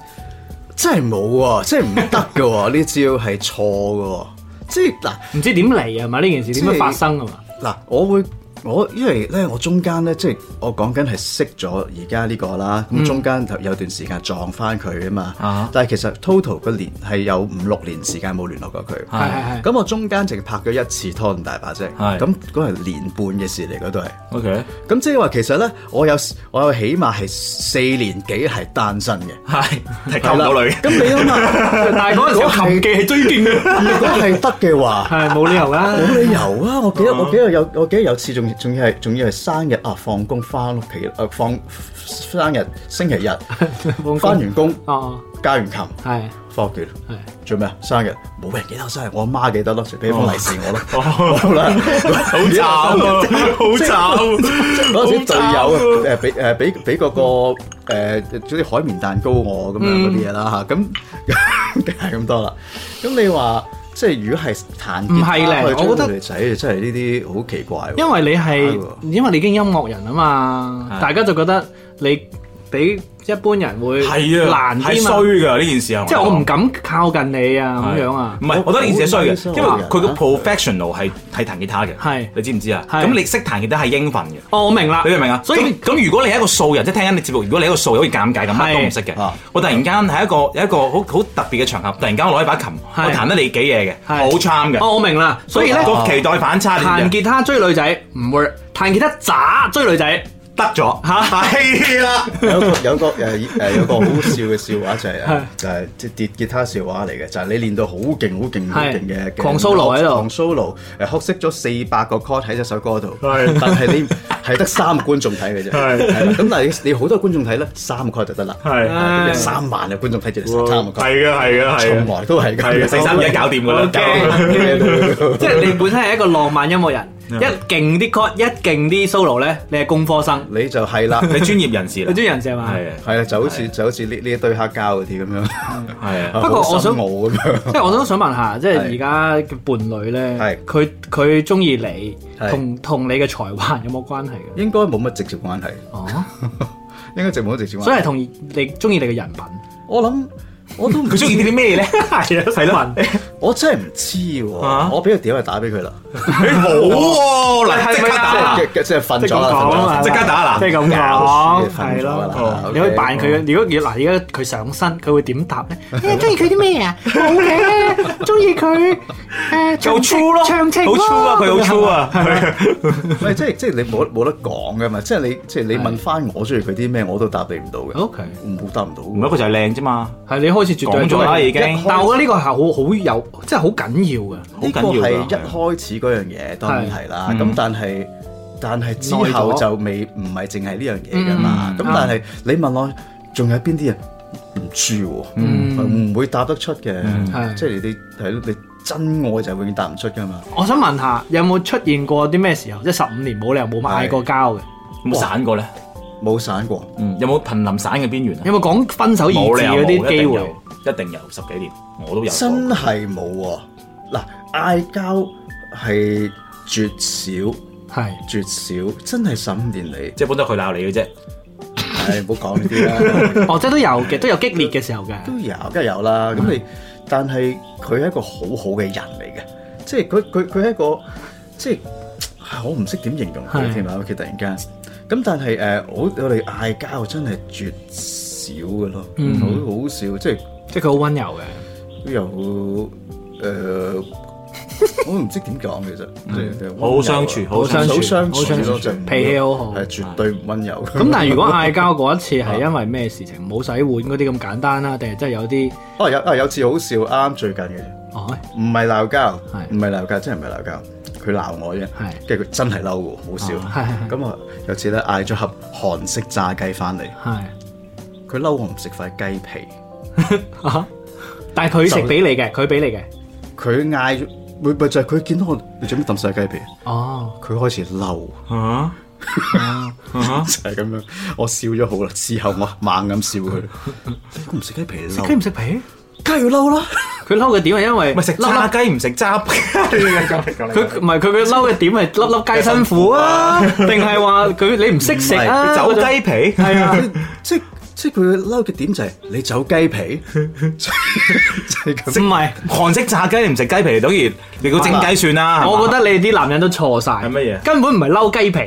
S6: 真係冇喎，真係唔得 嘅喎，呢招係錯嘅喎，即係嗱。
S3: 唔知點嚟啊嘛？呢件事點樣發生啊嘛？
S6: 嗱，我會我因為咧，我中間咧，即係我講緊係識咗而家呢個啦，咁中間有段時間撞翻佢啊嘛，
S5: 嗯啊
S6: 但係其實 total 個年係有五六年時間冇聯絡過佢。
S5: 係
S3: 係係係。
S6: 咁我中間淨係拍咗一次拖咁大把啫，
S5: 啊係
S6: 咁嗰係年半嘅事嚟嗰度係，
S5: OK，
S6: 咁即係話其實咧，我有我有起碼係四年幾係單身嘅，
S5: 係係溝唔到女。
S6: 咁你 諗下，
S3: 但係嗰陣時我琴技係最勁嘅，
S6: 如果係得嘅話。
S3: 係冇理由 啦。
S6: 冇理由啊！我記得我記得有我記得有次仲仲要係仲要係生日啊，放工翻屋企啊，放生日星期日
S3: 工
S6: 翻完工
S3: 哦，
S6: 加完琴
S3: 係
S6: 翻屋企
S3: 係
S6: 做咩啊？生日冇人記得我生日，我阿媽記得咯，除非封利是我咯。
S5: 哦
S6: 好啦，
S5: 好慘啊！好慘。
S3: 啊
S6: 即係啊嗰陣時隊友啊誒俾誒俾俾嗰個誒嗰啲海綿蛋糕我咁樣
S3: 嗯
S6: 嗰啲嘢啦嚇，咁 梗係咁多啦。咁你話即係如果係彈
S3: 唔
S6: 吉
S3: 係咧
S6: 他
S3: 我
S6: 去
S3: 覺
S6: 追
S3: 得
S6: 女仔，真係呢啲好奇怪喎。
S3: 因為你
S6: 係
S3: 係
S6: 喎
S3: 因為你已經音樂人啊嘛，
S5: 係
S3: 大家就覺得你比一般人會
S5: 係啊，
S3: 難
S5: 係
S3: 啲
S5: 衰
S3: 嘛，
S5: 㗎呢件事係。
S3: 即係我唔敢靠近你啊咁樣啊
S5: 唔。係，我覺得呢件事係衰嘅，因為佢個 professional 係係彈吉他嘅。
S3: 係
S5: 你知唔知啊？
S3: 係
S5: 咁你識彈吉他係應份嘅。
S3: 哦，我明啦，
S5: 你明唔明啊？
S3: 所以
S5: 咁咁，如果你係一個素人，即係聽緊你節目，如果你係一個素人，好似尷尬咁，乜都唔識
S6: 係
S5: 嘅
S6: 啊。
S5: 我突然間係一個有一個好好特別嘅場合，突然間我攞起把琴，我
S3: 係
S5: 彈得你幾嘢嘅，
S3: 係
S5: 好 charm 嘅。
S3: 哦，我明啦，所以咧
S5: 個期待反差嚟
S3: 彈
S5: 嘅，
S3: 吉他追女仔唔 work，彈吉他渣追女仔
S5: 得咗哎嚇，係啦。
S6: 有個有個 誒誒有個好笑嘅笑話就係誒就係即係吉他笑話嚟嘅，就係你練到好勁好勁好勁嘅
S3: 係狂 solo 喺度
S6: 狂 solo 誒學識咗四百個 chord 喺隻首歌度，但係你 係得三個觀眾睇嘅啫，係啦咁但係你你好多觀眾睇咧，三個 chord 就得啦，
S3: 係
S6: 三萬嘅觀眾睇住你十三個 chord，
S5: 嘅，係嘅，
S3: 啊
S6: 從來都係
S5: 係嘅，
S6: 咁，
S5: 四三一搞掂㗎 啦。
S3: 即係你本身係一個浪漫音樂人，一勁啲 cut，一勁啲 solo 咧，你係工科生，
S6: 你就 係啦，
S5: 你專業人士啦
S3: 你，專人士係嘛？
S5: 係啊
S6: 係啦，就好似就好似呢呢一堆黑膠嗰啲咁樣，
S5: 係啊，
S3: 不過
S6: 好
S3: 我想
S6: 深奧咁樣，
S3: 即係我都想問下，即係
S6: 係
S3: 而家嘅伴侶咧
S6: 係，
S3: 佢佢中意你，
S6: 係
S3: 同同你嘅才華有冇關係嘅？
S6: 應該冇乜直接關係，
S3: 哦，
S6: 應該直冇乜直接關係
S3: 所以。係同你中意你嘅人品。
S6: 我諗我都唔
S5: 佢中意啲咩咧？係啊，係咯。
S6: 我真係唔知喎、
S5: 啊
S6: 我俾個電話打俾佢啦，
S5: 冇喎，嗱，即刻
S6: 即
S5: 打
S6: 係，即係即係瞓
S3: 啊即係咁講
S6: 咗啦，瞓咗
S3: 啊
S6: 啦
S3: 嘛，
S5: 即刻打啦
S3: 即係咁講，哦係
S6: 瞓咗啦哦
S3: 咯。
S6: OK
S3: 你可以扮佢嘅。如果嗱，而家佢上身，佢會點答 咧？你中意佢啲咩啊？冇嘅，中意佢誒
S5: 夠粗咯，
S3: 長情
S5: 好粗啊，佢好粗啊，
S6: 唔係即係即係你冇得冇得講噶嘛，即係你即係你問翻我中意佢啲咩，我都答你唔到嘅。
S3: OK
S6: 冇答唔到
S5: 唔
S6: 嘅。
S5: 係佢就係靚啫嘛，
S3: 係你開始絕對
S5: 講咗啦已經
S3: 但我覺得呢個係好好有，即係好緊要嘅。
S5: 好
S6: 呢個
S5: 緊
S6: 係
S5: 要㗎
S6: 一開始嗰樣嘢當然係啦，
S5: 係
S6: 咁
S5: 嗯
S6: 但係但係之
S3: 耐
S6: 後
S3: 咗
S6: 就未唔係淨係呢樣嘢噶嘛
S3: 嗯，
S6: 咁
S3: 啱
S6: 但係你問我仲有邊啲嘢唔知喎，
S5: 嗯
S6: 唔會答得出嘅，
S3: 係
S6: 即係你哋係咯，你真愛就永遠答唔出噶嘛。
S3: 我想問下，有冇出現過啲咩時候？即係十五年冇理由冇嗌過交嘅，
S5: 有冇散過咧？
S6: 冇散過，
S5: 嗯，有冇瀕臨散嘅邊緣啊？
S3: 有冇講分手二字
S5: 冇理由
S3: 嗰啲
S5: 冇，一
S3: 機
S5: 定
S3: 會？
S5: 有，一定有十幾年，我都有過。
S6: 真係冇喎。嗱，嗌交係絕少，
S3: 係
S6: 絕少，真係十五年 嚟，
S5: 即係本得佢鬧你嘅啫，
S6: 唉，唔好講呢啲啦，
S3: 哦，即係都有嘅， 都有激烈嘅時候嘅。
S6: 都有，梗係有啦。咁你，但係佢係一個好好嘅人嚟嘅，即係佢佢佢係一個，即係唉我唔識點形容佢
S3: 係
S6: 添啊！屋企突然間，咁但係誒、呃我我哋嗌交真係絕少嘅咯，好、
S3: 嗯
S6: 好少，即係。
S3: 即係佢好温柔嘅，
S6: 都有誒、呃我唔知點講其實，即係
S5: 嗯好好相處好
S6: 啊好
S5: 好相
S6: 相處，
S5: 處
S6: 好相
S3: 好相
S6: 處
S3: 處
S6: 咯，就唔會
S3: 脾氣好好
S6: 係絕對唔温柔。
S3: 咁但係如 果嗌交嗰一次
S5: 啊
S3: 係因為咩事情？冇洗碗嗰啲咁簡單啦，定係真係有啲
S6: 啊有啊有次好笑，啱啱最近嘅，
S3: 哦
S6: 唔係鬧交，
S3: 係
S6: 唔係鬧交，真係唔係鬧交，佢鬧我啫
S3: 係，
S6: 跟住佢真係嬲喎，好
S3: 哦
S6: 笑
S3: 係係。係
S6: 咁啊有次咧嗌咗盒韓式炸雞翻嚟，
S3: 係
S6: 佢嬲我唔食塊雞皮，
S5: 啊
S3: 但係佢食俾你嘅，佢俾你嘅。
S6: 佢嗌，咪咪就係佢見到我，你做咩抌晒雞皮？
S3: 哦，
S6: 佢開始嬲，
S5: 啊啊
S6: 就係咁樣。我笑咗好啦，之後我猛咁笑佢，佢唔食雞皮啊
S3: 佢
S6: 嬲
S3: 唔，食皮，
S6: 梗係要嬲啦。
S3: 佢嬲嘅點係因為
S5: 咪食
S3: 粒粒
S5: 炸雞唔食炸皮，
S3: 佢
S5: 佢
S3: 唔係佢佢嬲嘅點係粒粒雞辛苦啊，定係話佢你唔識食啊？
S5: 走
S3: 嗰種
S5: 雞皮，
S3: 係啊，
S6: 即即佢嬲嘅點就係你走雞皮，就係咁。
S3: 唔係，
S5: 韓式炸雞你唔食雞皮，等於你個蒸雞算啦。
S3: 我覺
S5: 得
S3: 得你哋啲男人都錯晒。係
S5: 係乜嘢
S3: 根本唔係嬲雞皮，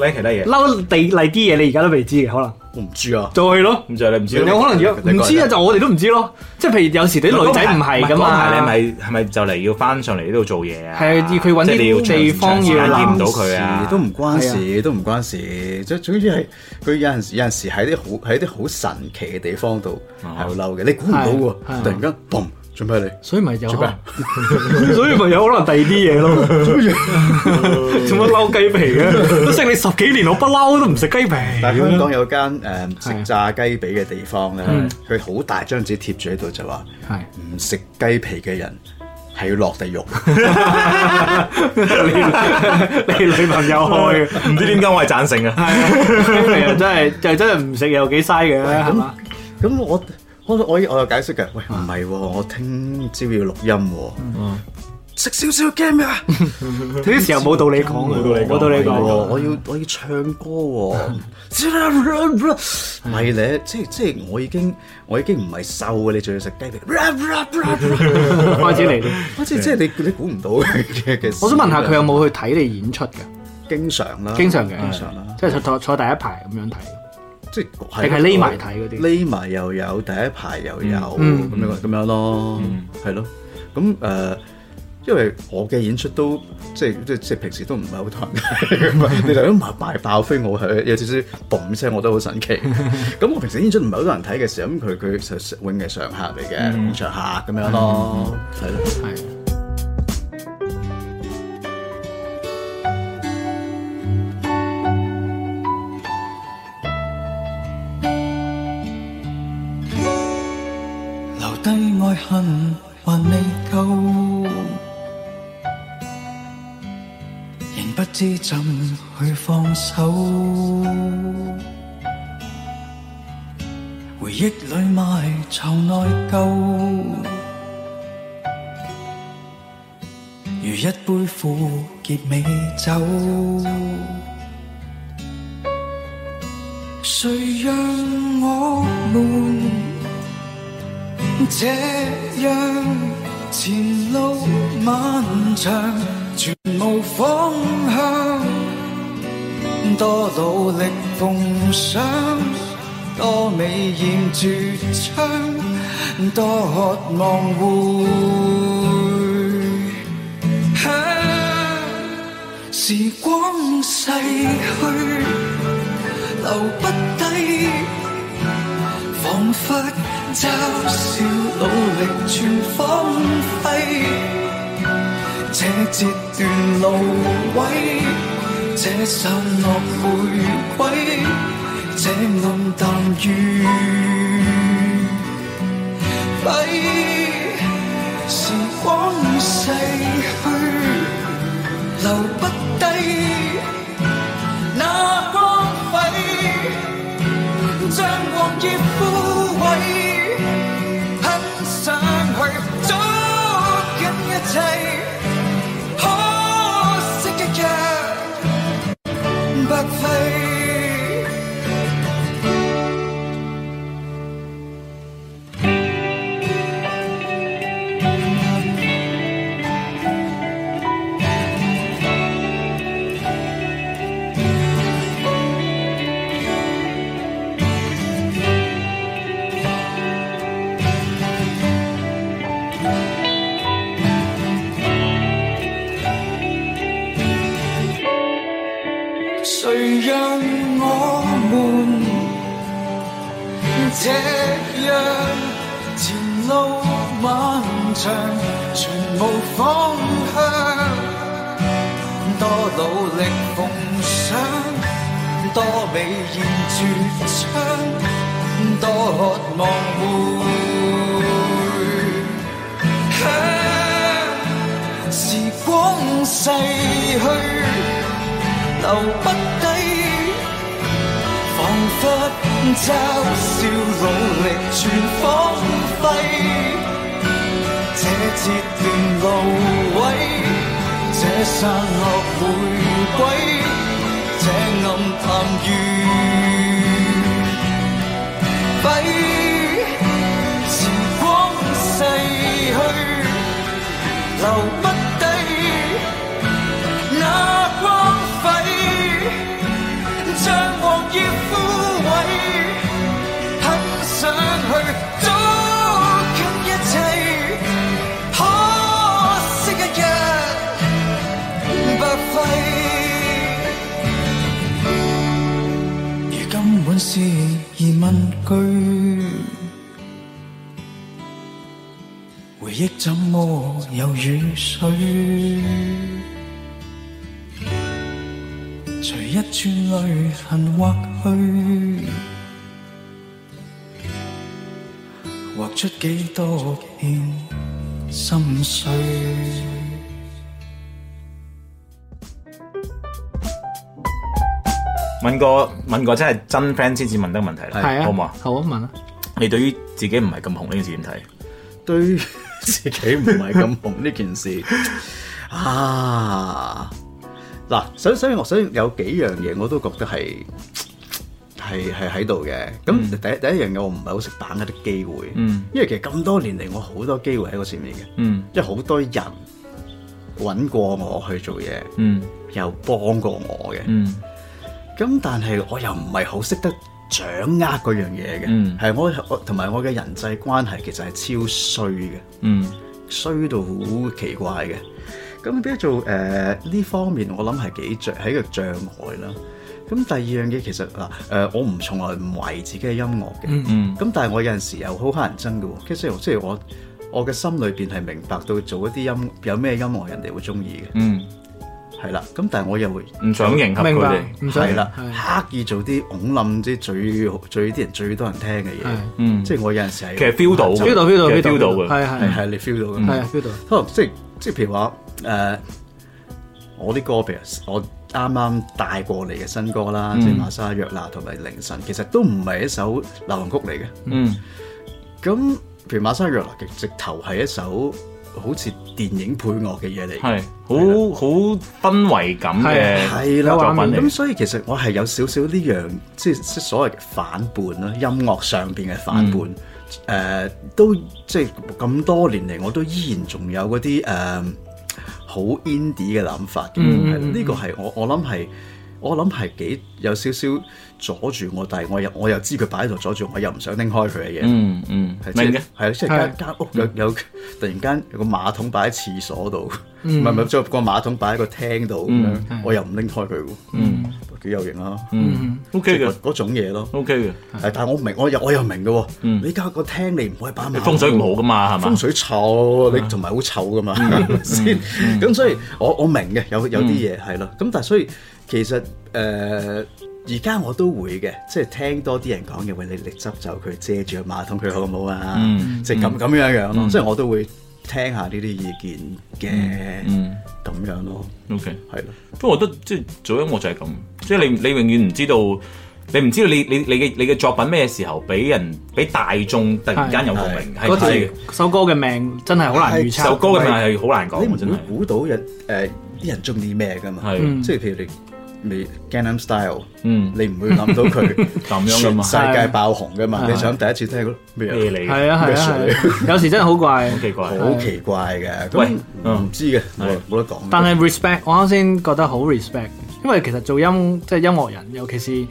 S5: 咧其他嘢，
S3: 嬲地嚟啲嘢你而家都未知嘅，可能
S6: 我唔知啊，
S3: 就係咯。
S5: 咁就你唔知
S3: 有可能有
S6: 你
S3: 唔
S6: 講
S3: 知啊，
S6: 真
S3: 就我哋都唔知咯。即係譬如有時啲女仔唔係噶
S5: 嗰排
S3: 嘛，
S5: 你咪係咪就嚟要翻上嚟呢度做嘢啊？
S3: 係要佢搵啲
S5: 即係你要長
S3: 地方
S5: 長時間
S3: 要
S5: 見
S3: 諗
S5: 唔到佢啊，
S6: 都唔關事，都唔關事。即總之係佢有陣時有陣時喺啲好喺啲好神奇嘅地方度
S5: 哦
S6: 係會嬲嘅，你估唔到喎
S3: 係係，
S6: 突然間嘣，做咩你？
S3: 所以咪有可 能，所以咪有可能第二啲嘢咯。做乜嬲雞皮嘅？都識你十幾年，我不嬲都唔食雞皮。
S6: 但香港有間誒食炸雞髀嘅地方咧，佢好大張紙貼住喺度就話
S3: 係
S6: 唔食雞皮嘅人係要落地獄。
S3: 你你女朋友開嘅，
S5: 唔知點解我係贊成啊。
S3: 雞皮又真係就真係唔食又幾嘥嘅，啊係嘛？啊
S6: 咁我我我我有解釋嘅，喂唔係喎，我聽朝要錄音喎，
S3: 嗯
S6: 食少少驚 咩啊？
S3: 呢啲時候冇道理講嘅，冇道理
S6: 係喎
S3: 講。
S6: 我要我要唱歌 喎，唔係咧，即係即係我已經我已經唔係瘦嘅，你仲要食雞皮，
S3: 開始嚟，
S6: 我即係即係你你估唔到嘅嘅。
S3: 我想問下佢有冇去睇你演出嘅？
S6: 經常啦，
S3: 經常嘅，
S6: 經常啦，
S3: 即係坐坐第一排咁樣睇。
S6: 即係
S3: 定係匿埋睇嗰啲
S6: 匿埋又有，第一排又有
S3: 嗯
S6: 咁樣咁樣咯，係咯。咁誒，因為我嘅演出都即係即係即係平時都唔係好多人睇 㗎嘛，你就咁埋埋爆飛，我係有少少嘣聲，我都好 神奇。咁我平時演出唔係好多人睇嘅時候，咁佢佢實永嘅常客嚟
S3: 嗯
S6: 嘅，常客咁樣咯，係咯。
S3: 係。
S2: 留低愛恨還未夠，仍不知怎去放手。回憶裏埋藏內疚，如一杯苦澀美酒。誰讓我們？這樣前路漫長，全無方向。多努力奉上，多美艷絕唱，多渴望回響。時光逝去，留不低。彷彿嘲笑努力全荒廢，這截斷蘆葦，這散落玫瑰，這暗淡如暝。時光逝去，留不低那光輝。將黃葉枯萎，很想去捉緊一切，可惜一日白費。谁让我们这样前路漫长，全无方向？多努力奉上，多美艳绝唱，多渴望回往逝去，留不低，彷彿嘲笑努力全荒廢，這截段路位，這散落回歸，這暗淡如暉。時光逝去，留不低那光輝，像黃葉枯萎，很想去捉緊一切，可惜一日白費。如今滿是疑問句，回憶怎麼有雨水？隨一串淚痕劃去，劃出幾多片心碎。
S5: 問個問個真係真 friend 先至問得問題啦，
S3: 係啊，
S5: 好唔好啊？
S3: 好啊，問啊，
S5: 你對於自己唔係咁紅呢件事點睇？
S6: 對於自己唔係咁紅呢件事啊！嗱，所以所以我所以有幾樣嘢我都覺得係係係喺度嘅。咁第一第一樣嘢我唔係好識把握啲機會，
S5: 嗯
S6: 因為其實咁多年嚟我好多機會喺我前面嘅，
S5: 嗯
S6: 因為好多人揾過我去做嘢，
S5: 嗯
S6: 又幫過我嘅。
S5: 嗯
S6: 咁但係我又唔係好識得掌握嗰樣嘢嘅，
S5: 嗯
S6: 係、我我同埋我嘅人際關係其實係超衰嘅。
S5: 嗯
S6: 衰到好奇怪嘅。咁變咗做誒呢、方面，我諗係幾障係一個障礙啦。咁第二樣嘢其實嗱誒、我唔從來唔懷疑自己嘅音樂嘅。咁、
S5: 嗯
S6: 但係我有陣時又好乞人憎嘅喎，即係即係我我嘅心裏邊係明白到做一啲音有咩音樂人哋會中意嘅，
S5: 嗯，
S6: 係啦。咁但係我又會。
S5: 唔想迎合
S3: 明
S5: 佢
S3: 白
S5: 哋，，
S3: 唔想
S6: 係啦，
S3: 係
S6: 刻意做啲拱冧啲最最啲人最多人聽嘅嘢
S3: 係，
S5: 嗯，
S6: 即係我有陣時係
S5: 其實 feel 到嘅
S3: feel 到 feel 到
S5: 其實
S3: feel
S5: 到
S3: 到
S5: 嘅，
S3: 係
S6: 係
S3: 係
S6: 係你 feel 到嘅，
S3: 係啊 feel 到，
S6: 可能即係即係譬如話誒、呃我啲歌譬如我啱啱帶過嚟嘅新歌啦，即係馬莎約娜同埋凌晨，其實都唔係一首流行曲嚟嘅。
S5: 嗯
S6: 咁譬如馬莎約娜，其實直頭係一首好似電影配樂嘅嘢嚟嘅。
S5: 係好好氛圍感嘅
S3: 啊
S6: 係啦，
S5: 作
S6: 畫
S5: 品
S6: 面
S5: 嚟
S6: 咁，所以其實我係有少少呢樣，即係即係所謂嘅反叛啦，音樂上邊嘅反叛。
S5: 嗯
S6: 誒、都即係咁多年嚟，我都依然仲有嗰啲誒好 indie 嘅諗法嘅。
S5: 嗯
S6: 係啦呢個係我我諗係我諗係幾有少少阻住我，但係我又我又知佢擺喺度阻住我，又唔想拎開佢嘅嘢。
S5: 嗯嗯，
S6: 係
S5: 明
S6: 即
S5: 嘅
S6: 係，係啊，即係間間屋有有突然間有個馬桶擺喺廁所度，唔係唔係，即係個馬桶擺喺個廳度咁樣，我又唔拎開佢喎，嗯，幾有型啊！
S5: 嗯 OK
S6: 即係
S5: 嘅
S6: 嗰嗰種嘢咯，
S5: OK 嘅，
S6: 係但係我明，我又我又明嘅喎，你而家個廳你唔可以擺馬
S5: 你
S6: 桶
S5: 風水唔好噶嘛，係嘛
S6: 風？水臭，你同埋好臭噶嘛， 係咪先？咁所以我我明嘅，有有啲嘢係咯。咁但係所以其實誒呃而家我都會嘅，即係聽多啲人講嘅，喂，你你執走佢，遮住個馬桶佢好唔好啊？即係咁咁樣樣咯。即係我都會聽下呢啲意見嘅，咁樣咯，
S5: OK，
S6: 係咯。
S5: 不過我覺得即係做音樂就係咁，即係你你永遠唔知道。你唔知道你你你嘅你嘅作品咩時候俾人俾大眾突然間有共鳴，係唔
S3: 嗰
S5: 知嘅。
S3: 條首歌嘅命真係好難預測，
S5: 首歌嘅咪係好難
S6: 你
S5: 講，
S6: 唔
S5: 真
S6: 會
S5: 係。
S6: 估到人誒啲人中意咩噶嘛？
S5: 係
S3: 嗯
S6: 即係譬如你你 Gangnam Style，
S5: 嗯
S6: 你唔會諗到佢
S5: 咁樣㗎嘛
S6: 全世界爆紅噶嘛？
S3: 係
S6: 你想第一次聽嗰
S5: 咩
S6: 咩啊？
S5: 嚟嘅？
S3: 係啊係
S6: 咩
S3: 啊係
S6: 水
S3: 啊，有時真係好怪。
S5: 好奇怪。
S6: 好奇怪嘅，咁
S5: 喂
S6: 我唔知嘅，
S5: 係
S6: 我冇得講。
S3: 但係 respect，我啱先覺得好 respect，因為其實做音即係音樂人，尤其是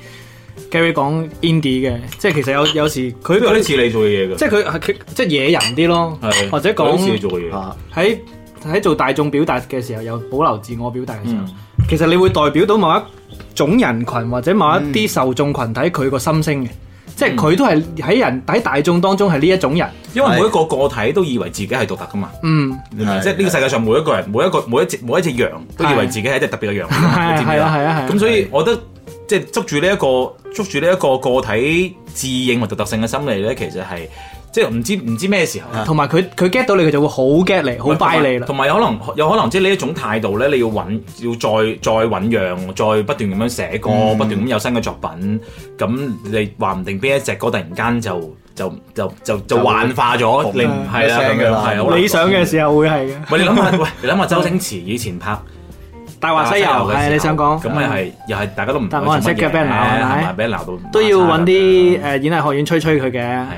S3: Gary 講 indie 嘅，即係其 實有有時佢
S5: 有啲似你做嘅嘢嘅，
S3: 即係佢係佢即係野人啲咯
S5: 係，
S3: 或者
S5: 有啲似你
S3: 講
S5: 做嘅嘢。
S6: 啊，
S3: 喺喺做大眾表達嘅時候，有保留自我表達嘅時候，
S5: 嗯
S3: 其實你會代表到某一種人群或者某一
S5: 嗯
S3: 啲受眾群體佢個心聲嘅，即係佢都係喺人喺大眾當中係呢一種人，
S5: 因為每一個個體都以為自己係獨特噶嘛，
S3: 嗯，
S5: 你明唔明
S6: 係
S5: 即係呢個世界上每一個人、每一個每一隻每一隻羊都以為自己係一隻特別嘅羊嚟㗎嘛，
S3: 係
S5: 你知唔知
S3: 係啊係啊係啊
S5: 咁所以我覺得即係捉住呢一個捉住呢一個個體自認為獨特性嘅心理咧，其實係即係唔知唔知咩時候。
S3: 同埋佢佢 get 到你，佢就會好 get 啊你，好
S5: 啊同埋
S3: buy 你啦。
S5: 同埋有可能有可能即係呢一種態度咧，你要揾要再再醖釀，再不斷咁樣寫歌，
S3: 嗯
S5: 不斷咁有新嘅作品，咁你話唔定邊一隻歌突然間就就就就就幻化咗，你唔係啦
S6: 一聲
S5: 咁
S6: 㗎
S5: 樣，
S6: 啦
S5: 係啊好難講
S3: 理想嘅時候會係嘅，《
S5: 喂，你諗下，喂， 你諗下周星馳以前拍《
S3: 大話西遊》
S5: 嘅時
S3: 係
S5: 候
S3: 你想講
S5: 咁咪係又係大家都唔
S3: 但冇人識嘅俾人鬧係咪
S5: 係俾人鬧到
S3: 都要揾啲
S5: 係
S3: 誒演藝學院吹吹佢嘅，
S5: 啊。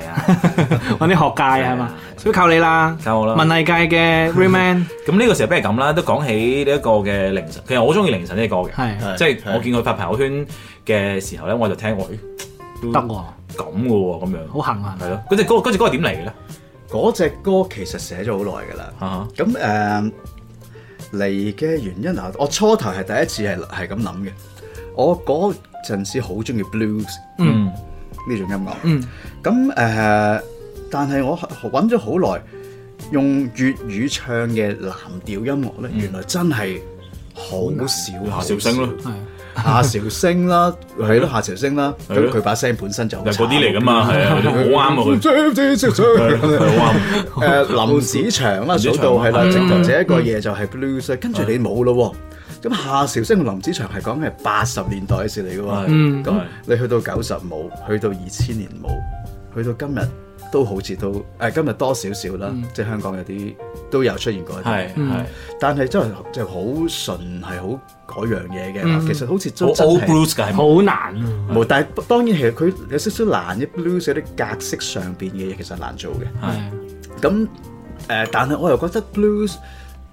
S3: 揾啲學界係嘛，都靠你啦，
S5: 靠我啦
S3: 文藝 界嘅 Rayman
S5: 咁呢個時候不如咁啦，都講起呢一個嘅凌晨，其實我好中意凌晨呢個歌嘅，
S3: 係
S5: 即係我見佢發朋友圈嘅時候咧，我就聽我咦都
S3: 得
S5: 咁
S3: 喎，
S5: 嘅喎，咁樣
S3: 好幸啊！
S5: 係咯。嗰只歌嗰隻歌係點嚟嘅咧？
S6: 嗰隻歌其實寫咗好耐㗎啦。
S5: 啊
S6: 咁誒嚟嘅原因啊，我初頭係第一次係係咁諗嘅。我嗰陣時好中意 blues
S5: 嗯
S6: 呢種音樂。嗯。咁誒、但係我揾咗好耐，用粵語唱嘅藍調音樂咧，原來真係好少
S5: 嗯夏
S6: 好
S5: 韶聲咯，
S6: 夏韶聲 啦，係咯，夏韶聲啦。
S5: 係
S6: 咁
S5: 咯
S6: 佢把聲本身就好
S5: 就係嗰啲嚟
S6: 㗎
S5: 噶。嘛，係啊，好啱啊佢，係好啱。
S6: 誒林子祥啦，
S5: 林子
S6: 數
S5: 祥
S6: 到係啦，
S5: 嗯
S6: 直頭這一個嘢就係 blues 啦，跟住你冇咯喎。咁夏韶聲同林子祥係講係八十年代嘅事嚟嘅
S5: 嗯
S6: 喎，咁你去到九十冇，去到二千年冇，去到今日都好似都誒今日多少少啦，即係香港有啲都有出現過一啲，
S5: 嗯係係
S6: 但係真係就好純係好嗰樣嘢
S5: 嗯
S6: 嘅，其實好似
S5: 好
S6: 都真
S5: old
S6: 係
S5: blues 㗎係。
S3: 好難啊，
S6: 冇，但係當然係佢有少少難嘅 blues 有啲格式上邊嘅嘢其實難做嘅。咁誒、呃但係我又覺得 blues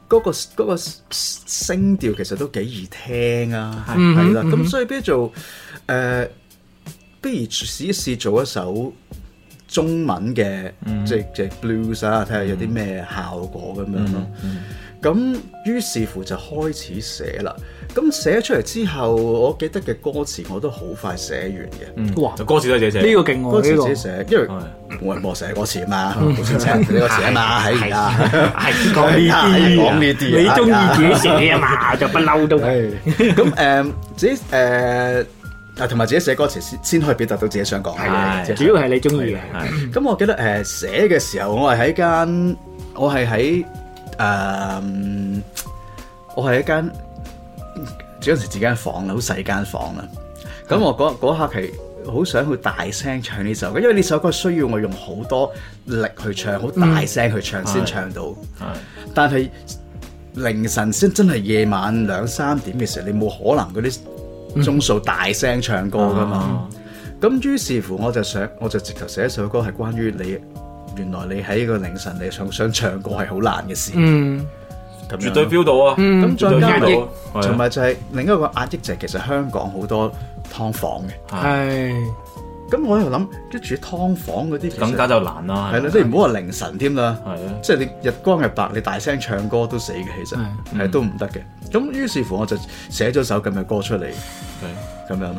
S6: 嗰、個嗰個聲調其實都幾易聽啊，係啦。咁所以不如做誒、呃不如試一試做一首中文嘅即即 blues 啊，睇下有啲咩效果咁樣咯。咁於是乎就開始寫啦。咁寫出嚟之後，我記得嘅歌詞我都好快寫完嘅。
S3: 哇！
S5: 嗯就歌詞都係寫
S3: 呢
S5: 寫，
S3: 個勁喎，
S6: 嗰時
S3: 呢
S6: 自己
S3: 個
S6: 寫，因為冇人幫我寫歌詞啊嘛，冇錢請你歌詞啊嘛，喺而家係
S3: 講呢啲
S6: 講呢啲，
S3: 你中意自己寫啊嘛，就不嬲都係
S6: 己咁誒自己誒啊，同埋自己寫歌詞先先可以表達到自己想講嘅嘢
S5: 係
S6: 即係
S3: 主要係你中意嘅，
S6: 咁我記得誒、呃、寫嘅時候，我係喺間，我係喺誒，我係喺間嗰陣時自己間房啦，好細間房啦。咁我嗰嗰刻係好想去大聲唱呢首歌，因為呢首歌需要我用好多力去唱，好大聲去唱先唱到。
S5: 係
S6: 但係凌晨先真係夜晚兩三點嘅時候，你冇可能嗰啲鐘數大聲唱
S3: 哦
S6: 歌
S5: 哦嗯
S6: 噶
S3: 啊
S6: 嘛。咁於是乎我就想，我就直頭寫一首歌係關於你。原來你喺個凌晨你想想唱歌係好難嘅事，
S3: 嗯，
S6: 咁樣
S5: 絕對 feel 到啊！
S6: 咁
S5: 絕對
S6: 再加
S3: 壓
S5: feel 到啊，
S6: 同
S5: 係啊
S6: 埋就係另一個壓抑就係其實香港好多劏房嘅，
S5: 啊
S3: 係
S6: 咁我又諗跟住劏房嗰啲其實
S5: 更加就難啦。
S6: 係啦，即係唔好話凌晨添啦，
S5: 係啊
S6: 即係你日光日白，你大聲唱歌都死嘅，其實
S5: 嗯
S6: 係都唔得嘅。咁於是乎我就寫咗首咁嘅歌出嚟，咁樣咯。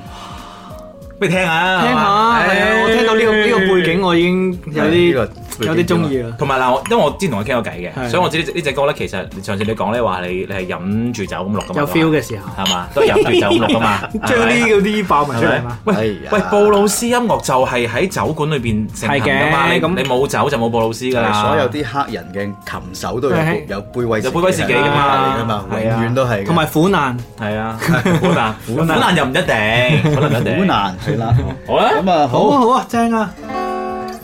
S5: 不如聽下，哎
S3: 聽下，係啊，我聽到呢個呢個背景，我已經有
S6: 係呢
S3: 啲
S6: 個
S3: 有啲中意啦，
S5: 同埋嗱，我因為我之前同佢傾過偈
S3: 係
S5: 嘅，所以我知呢隻呢隻歌咧，其實上次你講咧話你你係飲住酒咁錄噶嘛，
S3: 有 feel 嘅時候，
S5: 係嘛，都係飲住酒咁錄噶嘛，
S3: 將呢
S5: 係咪
S3: 嗰啲爆埋出嚟
S5: 係咪
S3: 嘛。
S6: 哎
S5: 喂
S6: 呀
S5: 喂，布魯斯音樂就係喺酒館裏邊盛行噶嘛，
S3: 係
S5: 你
S3: 嘅咁
S5: 你冇酒就冇布魯斯噶啦，
S6: 所有啲黑人嘅琴手都有
S3: 係
S6: 有杯威
S5: 有杯威士忌㗎嘛
S6: 㗎嘛，
S5: 係
S6: 永
S5: 啊
S6: 遠都係嘅。
S3: 啊同埋苦難，
S5: 係啊，好 難
S3: 啊
S5: 好難又唔一定，好難唔一定，
S6: 好難係啦。
S5: 好啦，
S6: 咁啊
S3: 好啊
S6: 好，
S3: 好啊，正啊！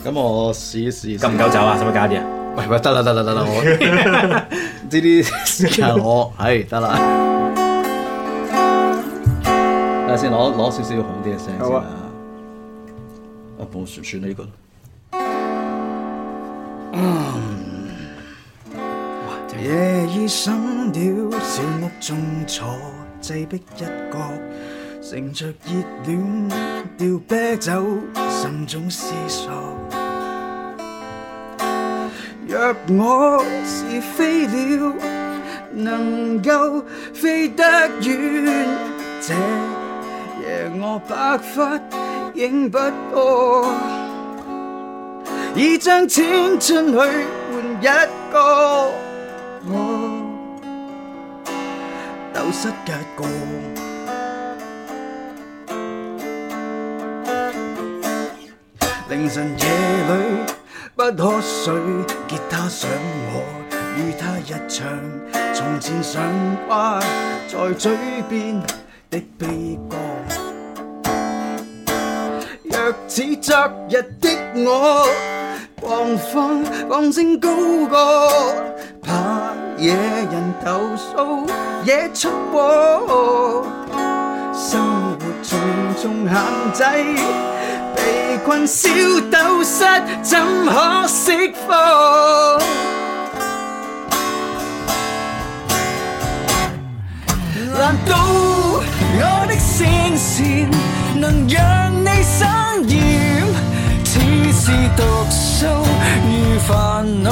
S6: 咁我試一試
S5: 夠唔
S6: 先。
S5: 夠酒啊？使唔使加啲啊？
S6: 喂喂，得啦得啦得 啦，我呢啲時間我係得啦。等下先，攞攞少少好啲嘅聲先啦。啊，冇選選呢個啦。
S2: 夜已深了，小屋中坐，擠迫一角，乘着熱戀調啤酒，心中思索。若我是飛鳥，能夠飛得遠，這夜我白髮影不多。已將青春去換一個我，斗失一個。凌晨夜裏，不可水，吉他想我與他一唱，從前常掛在嘴邊的悲歌。若似昨日的我，狂放放聲高歌，怕惹人投訴，惹出禍。生活重重限制，被困小斗室，怎可釋放？難道我的聲線能讓你生厭？似是毒素如煩惱，